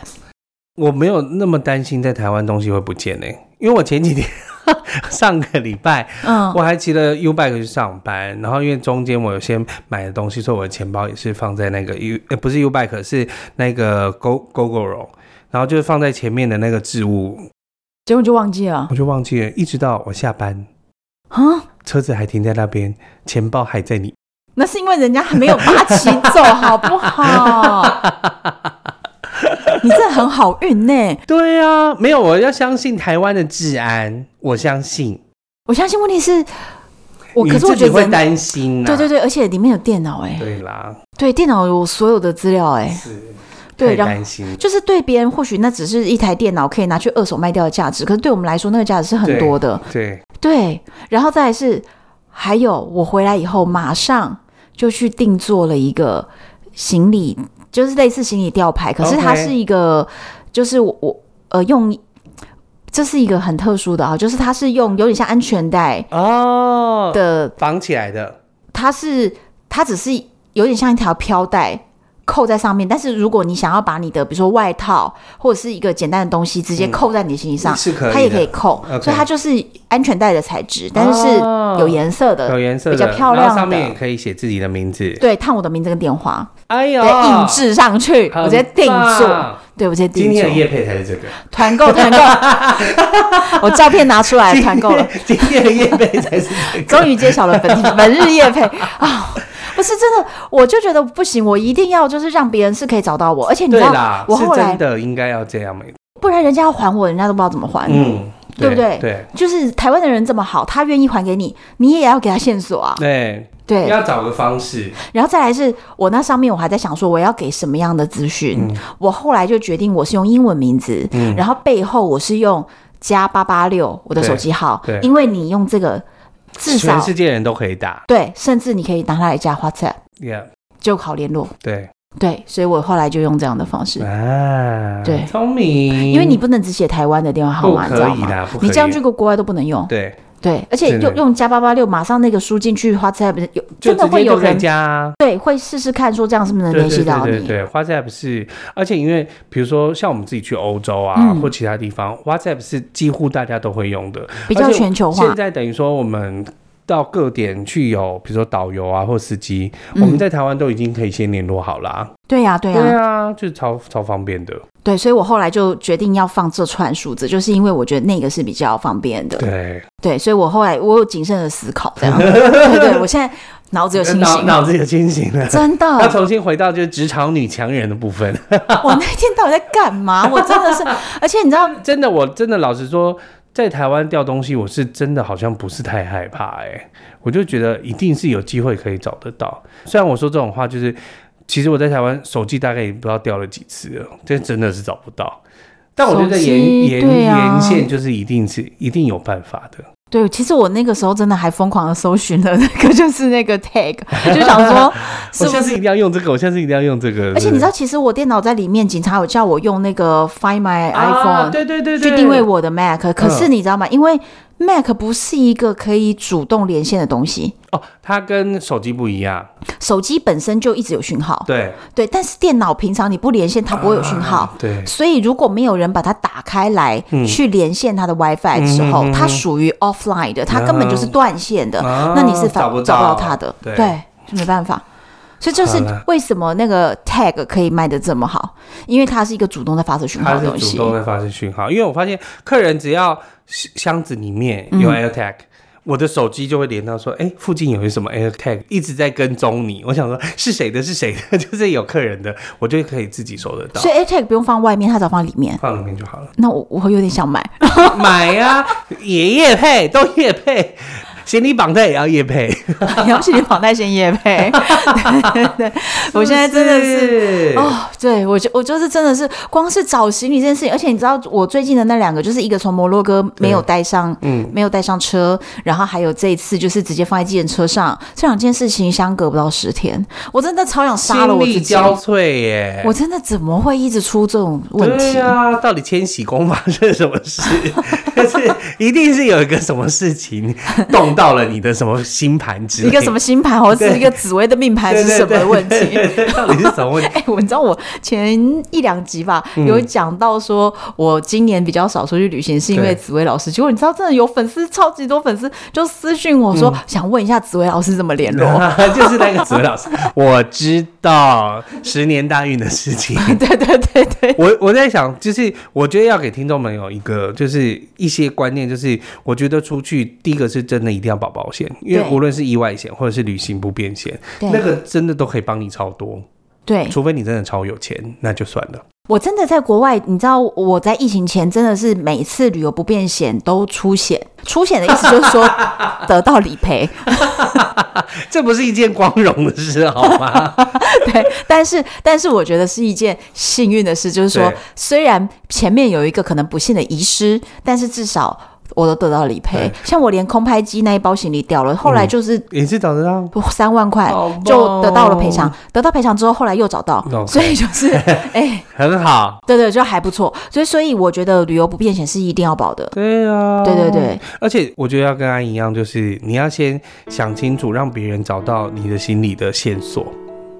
Speaker 3: 我没有那么担心在台湾东西会不见呢、因为我前几天 上个礼拜
Speaker 2: 嗯，
Speaker 3: 我还骑了 U bike 去上班，然后因为中间我有先买的东西，所以我的钱包也是放在那个 U，、呃不是 U bike 是那个 Go Go Go Roll，然后就是放在前面的那个置物，
Speaker 2: 哦结果你就忘记了
Speaker 3: 我就忘记了，一直到我下班，
Speaker 2: 啊？
Speaker 3: 车子还停在那边，钱包还在你。
Speaker 2: 那是因为人家还没有把它骑走，好不 好？你这很好运呢、
Speaker 3: 对啊，没有，我要相信台湾的治安，我相信。
Speaker 2: 我相信问题是，我
Speaker 3: 你
Speaker 2: 可是我
Speaker 3: 自己
Speaker 2: 觉得
Speaker 3: 会
Speaker 2: 人
Speaker 3: 担心、啊，
Speaker 2: 对对对，而且里面有电脑哎、
Speaker 3: 对啦，
Speaker 2: 对，电脑有我所有的资料哎、对，
Speaker 3: 太
Speaker 2: 然后
Speaker 3: 担心了。
Speaker 2: 就是对别人或许那只是一台电脑可以拿去二手卖掉的价值，可是对我们来说那个价值是很多的，
Speaker 3: 对，
Speaker 2: 对。然后再来是，还有我回来以后马上就去定做了一个行李，就是类似行李吊牌，可是它
Speaker 3: OK
Speaker 2: 是一个就是我我呃用。这是一个很特殊的啊，就是它是用有点像安全带
Speaker 3: 哦，
Speaker 2: 的
Speaker 3: 绑起来的，
Speaker 2: 它是它只是有点像一条飘带扣在上面，但是如果你想要把你的比如说外套或者是一个简单的东西直接扣在你的行李上，
Speaker 3: 嗯是可以的
Speaker 2: 它也可以扣
Speaker 3: OK 哦
Speaker 2: 所以它就是安全带的材质，但是是有颜色的，
Speaker 3: 有颜色
Speaker 2: 呃比
Speaker 3: 的，
Speaker 2: 较漂
Speaker 3: 然
Speaker 2: 亮
Speaker 3: 后
Speaker 2: 的，
Speaker 3: 上面也可以写自己的名字。
Speaker 2: 对，烫我的名字跟电话，
Speaker 3: 哎呦，
Speaker 2: 对，印制上去，
Speaker 3: 很
Speaker 2: 我直接定做，
Speaker 3: 棒。
Speaker 2: 对，我直接定
Speaker 3: 今天的
Speaker 2: 做，
Speaker 3: 夜配才是这个，
Speaker 2: 团购团 购，我照片拿出来哎团购了。
Speaker 3: 今天的夜配才是这 个。
Speaker 2: 终于揭晓了 本本日夜配啊！不是真的，我就觉得不行，我一定要就是让别人是可以找到我，而且你知
Speaker 3: 对
Speaker 2: 道
Speaker 3: 啦，，
Speaker 2: 我
Speaker 3: 是
Speaker 2: 后
Speaker 3: 真
Speaker 2: 来
Speaker 3: 的应该要这样没？
Speaker 2: 不然人家要还我，人家都不知道怎么还。
Speaker 3: 嗯，
Speaker 2: 对不对
Speaker 3: 对
Speaker 2: 就是台湾的人这么好，他愿意还给你，你也要给他线索啊。
Speaker 3: 对，
Speaker 2: 对，
Speaker 3: 要找个方式。
Speaker 2: 然后再来是我那上面我还在想说我要给什么样的资讯，
Speaker 3: 嗯
Speaker 2: 我后来就决定我是用英文名字，嗯然后背后我是用加八八六我的手机号
Speaker 3: 对，对
Speaker 2: 因为你用这个至
Speaker 3: 全
Speaker 2: 少
Speaker 3: 世界人都可以打
Speaker 2: 对，甚至你可以拿它来加 WhatsApp
Speaker 3: ，Yeah，
Speaker 2: 就好联络。
Speaker 3: 对
Speaker 2: 对，所以我后来就用这样的方式，
Speaker 3: 啊，
Speaker 2: 对
Speaker 3: 聪明，
Speaker 2: 因为你不能只写台湾的电话号
Speaker 3: 不
Speaker 2: 码，你知
Speaker 3: 可
Speaker 2: 道
Speaker 3: 以
Speaker 2: 吗？
Speaker 3: 啦，不可以
Speaker 2: 你这样去过国外都不能用，
Speaker 3: 对，
Speaker 2: 对，而且
Speaker 3: 真的
Speaker 2: 用用加八八六，马上那个输进去 WhatsApp 有
Speaker 3: 就
Speaker 2: 真的
Speaker 3: 直
Speaker 2: 会
Speaker 3: 接
Speaker 2: 有
Speaker 3: 就可以
Speaker 2: 人
Speaker 3: 加啊。
Speaker 2: 对会试试看，说这样是不是能
Speaker 3: 对
Speaker 2: 联系到
Speaker 3: 对对
Speaker 2: 你？
Speaker 3: 对对，WhatsApp 是，而且因为比如说像我们自己去欧洲啊、
Speaker 2: 嗯
Speaker 3: 或其他地方，WhatsApp 是几乎大家都会用的，
Speaker 2: 比较
Speaker 3: 而且
Speaker 2: 全球化
Speaker 3: 现在等于说我们。到各点去有，比如说导游啊或司机，
Speaker 2: 嗯
Speaker 3: 我们在台湾都已经可以先联络好啦。
Speaker 2: 对呀对
Speaker 3: 对
Speaker 2: 呀
Speaker 3: 啊，就是超超方便的。
Speaker 2: 对，所以我后来就决定要放这串数字，就是因为我觉得那个是比较方便的。
Speaker 3: 对，
Speaker 2: 对，所以我后来我有谨慎的思考， 这样。对对，我现在脑子有哦清
Speaker 3: 脑
Speaker 2: 醒，
Speaker 3: 脑子也清醒 了，
Speaker 2: 真的。
Speaker 3: 要重新回到就是职场女强人的部分。
Speaker 2: 我那天到底在干嘛？我真的是，而且你知道，
Speaker 3: 真的，我真的老实说，在台湾掉东西，我是真的好像不是太害怕哎、我就觉得一定是有机会可以找得到。虽然我说这种话，就是其实我在台湾手机大概也不知道掉了几次了，这真的是找不到。但我觉得
Speaker 2: 手机
Speaker 3: 沿沿、
Speaker 2: 对啊
Speaker 3: 沿线就是一定是一定有办法的。
Speaker 2: 对，其实我那个时候真的还疯狂的搜寻了那个，就是那个 tag，就想说是
Speaker 3: 我
Speaker 2: 不
Speaker 3: 下次
Speaker 2: 是
Speaker 3: 一定要用这个，我下次一定要用这个。
Speaker 2: 而且
Speaker 3: 对
Speaker 2: 你知道，其实我电脑在里面，警察有叫我用那个 Find My
Speaker 3: 啊
Speaker 2: iPhone、
Speaker 3: 对对对对，嗯
Speaker 2: 去定位我的 Mac，可是你知道吗？因为 Mac 不是一个可以主动连线的东西，
Speaker 3: 哦，它跟手机不一样，
Speaker 2: 手机本身就一直有讯号，
Speaker 3: 对，
Speaker 2: 对但是电脑平常你不连线，它不会有讯号。
Speaker 3: 对，
Speaker 2: 所以，如果没有人把它打开来、
Speaker 3: 嗯
Speaker 2: 去连线它的 WiFi 之后，
Speaker 3: 嗯嗯嗯嗯
Speaker 2: 它属于 offline 的，它根本就是断线的。
Speaker 3: 啊
Speaker 2: 那你是反
Speaker 3: 找不
Speaker 2: 找不到
Speaker 3: 到
Speaker 2: 他的，
Speaker 3: 对
Speaker 2: 就没办法。所以这是
Speaker 3: 好了
Speaker 2: 为什么那个 tag 可以卖的这么好，因为它是一个主动在发射讯号
Speaker 3: 它
Speaker 2: 的
Speaker 3: 是
Speaker 2: 东
Speaker 3: 主
Speaker 2: 西。
Speaker 3: 动在发出讯号，因为我发现客人只要箱箱子里面
Speaker 2: 嗯
Speaker 3: 有 AirTag，、我的手机就会连到说，哎、附近有一什么 AirTag，一直在跟踪你。我想说，是谁的？是谁的？ 就是有客人的，我就可以自己搜得到
Speaker 2: 所，以 a tag 不用放外面，它只要放里面。。
Speaker 3: 放里面就好了
Speaker 2: 那我我会有点想买，
Speaker 3: 买呀、啊，也夜配都夜配，行李绑带也要夜配，
Speaker 2: 你要是你绑带先夜配， 对对，我现在真的是。
Speaker 3: 是
Speaker 2: 哦，对我就我就是真的是光是找行李这件事情，而且你知道我最近的那两个，就是一个从摩洛哥没有带上，
Speaker 3: 嗯
Speaker 2: 没有带上车，然后还有这一次就是直接放在计程车上，这两件事情相隔不到十天，我真的超想杀了
Speaker 3: 心
Speaker 2: 我
Speaker 3: 力
Speaker 2: 自己，
Speaker 3: 交瘁耶！
Speaker 2: 我真的怎么会一直出这种问题？
Speaker 3: 对啊，到底千禧宫发生什么 事？但是一定是有一个什么事情动到了你的什么星盘之类
Speaker 2: 一
Speaker 3: 的，
Speaker 2: 个什么星盘，或者是一个紫薇的命盘
Speaker 3: 对
Speaker 2: 是
Speaker 3: 对
Speaker 2: 什么问题？
Speaker 3: 对对对对到底是什么 问题？
Speaker 2: 哎、我你知道我前一两集吧，
Speaker 3: 嗯
Speaker 2: 有讲到说我今年比较少出去旅行，是因为
Speaker 3: 对
Speaker 2: 紫薇老师。结果你知道，真的有粉丝超级多粉丝就私讯我
Speaker 3: 嗯
Speaker 2: 说，想问一下紫薇老师怎么联络。
Speaker 3: 就是那个紫薇老师，我知道十年大运的事情。
Speaker 2: 对对对对，
Speaker 3: 我我在想，就是我觉得要给听众们有一个，就是一些观念，就是我觉得出去第一个是真的一定要保保险，因为
Speaker 2: 对
Speaker 3: 无论是意外险或者是旅行不便险，
Speaker 2: 对
Speaker 3: 那个真的都可以帮你超多，
Speaker 2: 对
Speaker 3: 除非你真的超有钱，那就算了。
Speaker 2: 我真的在国外，你知道我在疫情前真的是每次旅游不便险都出险，出险的意思就是说得到理赔，
Speaker 3: 这不是一件光荣的事，好 吗？
Speaker 2: 对，但是但是我觉得是一件幸运的事，就是说
Speaker 3: 对，
Speaker 2: 虽然前面有一个可能不幸的遗失，但是至少我都得到理赔
Speaker 3: 对。
Speaker 2: 像我连空拍机那一包行李掉了，后来就是。
Speaker 3: 也是找得到。
Speaker 2: 三万块
Speaker 3: 好棒哦
Speaker 2: 就得到了赔偿，得到赔偿之后，后来又找到
Speaker 3: OK
Speaker 2: 所以就是，哎、
Speaker 3: 很好，
Speaker 2: 对对，就还不错。所以，所以我觉得旅游不便险是一定要保的。
Speaker 3: 对啊，
Speaker 2: 对对对，
Speaker 3: 而且我觉得要跟安一样，就是你要先想清楚，让别人找到你的心理的线索，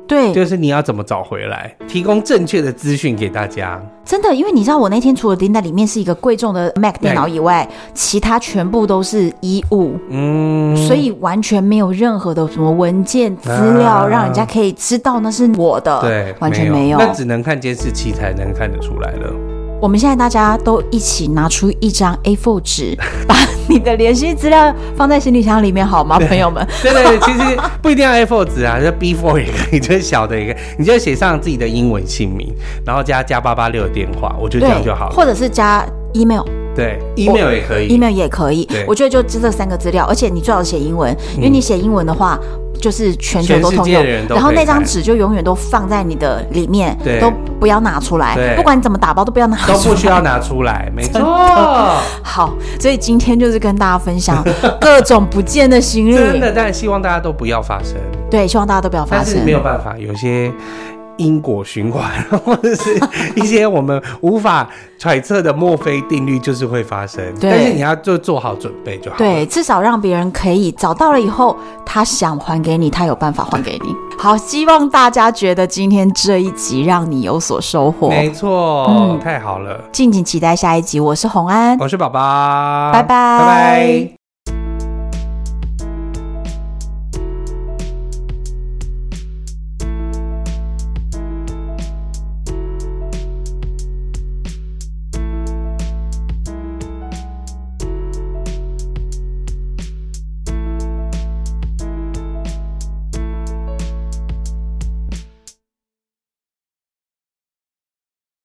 Speaker 2: 对，
Speaker 3: 就是你要怎么找回来，提供正确的资讯给大家。
Speaker 2: 真的，因为你知道，我那天除了领带里面是一个贵重的 Mac 电脑以外，其他全部都是衣物。
Speaker 3: 嗯，
Speaker 2: 所以完全没有任何的什么文件资料，
Speaker 3: 啊
Speaker 2: 让人家可以知道那是我的，
Speaker 3: 对，
Speaker 2: 呃完全没有。
Speaker 3: 那只能看监视器才能看得出来了。
Speaker 2: 我们现在大家都一起拿出一张 A4 纸，把你的联系资料放在行李箱里面，好吗，朋友们？
Speaker 3: 对对对，其实不一定要 A4 纸啊， 就 B4 也可以，就是小的也可以，你就写上自己的英文姓名，然后加加八八六的电话，我觉得这样就好
Speaker 2: 或
Speaker 3: 了。
Speaker 2: 者是加 email，email
Speaker 3: 对，email 也可以。
Speaker 2: 也可以
Speaker 3: 对。嗯
Speaker 2: 我觉得就这三个资料，而且你最好写英文，因为你写英文的话。就是全球都通
Speaker 3: 全世界
Speaker 2: 用
Speaker 3: 的人，都可以
Speaker 2: 然后那张纸就永远都放在你的里面，
Speaker 3: 对
Speaker 2: 都不要拿出来，
Speaker 3: 对
Speaker 2: 不管你怎么打包都不要拿出来，
Speaker 3: 都不需要拿出来，没错，
Speaker 2: 好，所以今天就是跟大家分 享各种不见的行
Speaker 3: 真的。
Speaker 2: 李，
Speaker 3: 但希望大家都不要发生，
Speaker 2: 对，希望大家都不要发
Speaker 3: 但是
Speaker 2: 生
Speaker 3: 没。有办法，有些因果循环，或者是一些我们无法揣测的墨菲定律，就是会发生。
Speaker 2: 对
Speaker 3: 但是你要就做好准备就好。
Speaker 2: 对，，至少让别人可以找到了以后，他想还给你，他有办法还给你。好，希望大家觉得今天这一集让你有所收获，
Speaker 3: 没错，
Speaker 2: 嗯
Speaker 3: 太好了。
Speaker 2: 敬请期待下一集。我是红安，
Speaker 3: 我是宝宝，
Speaker 2: 拜拜
Speaker 3: 拜拜。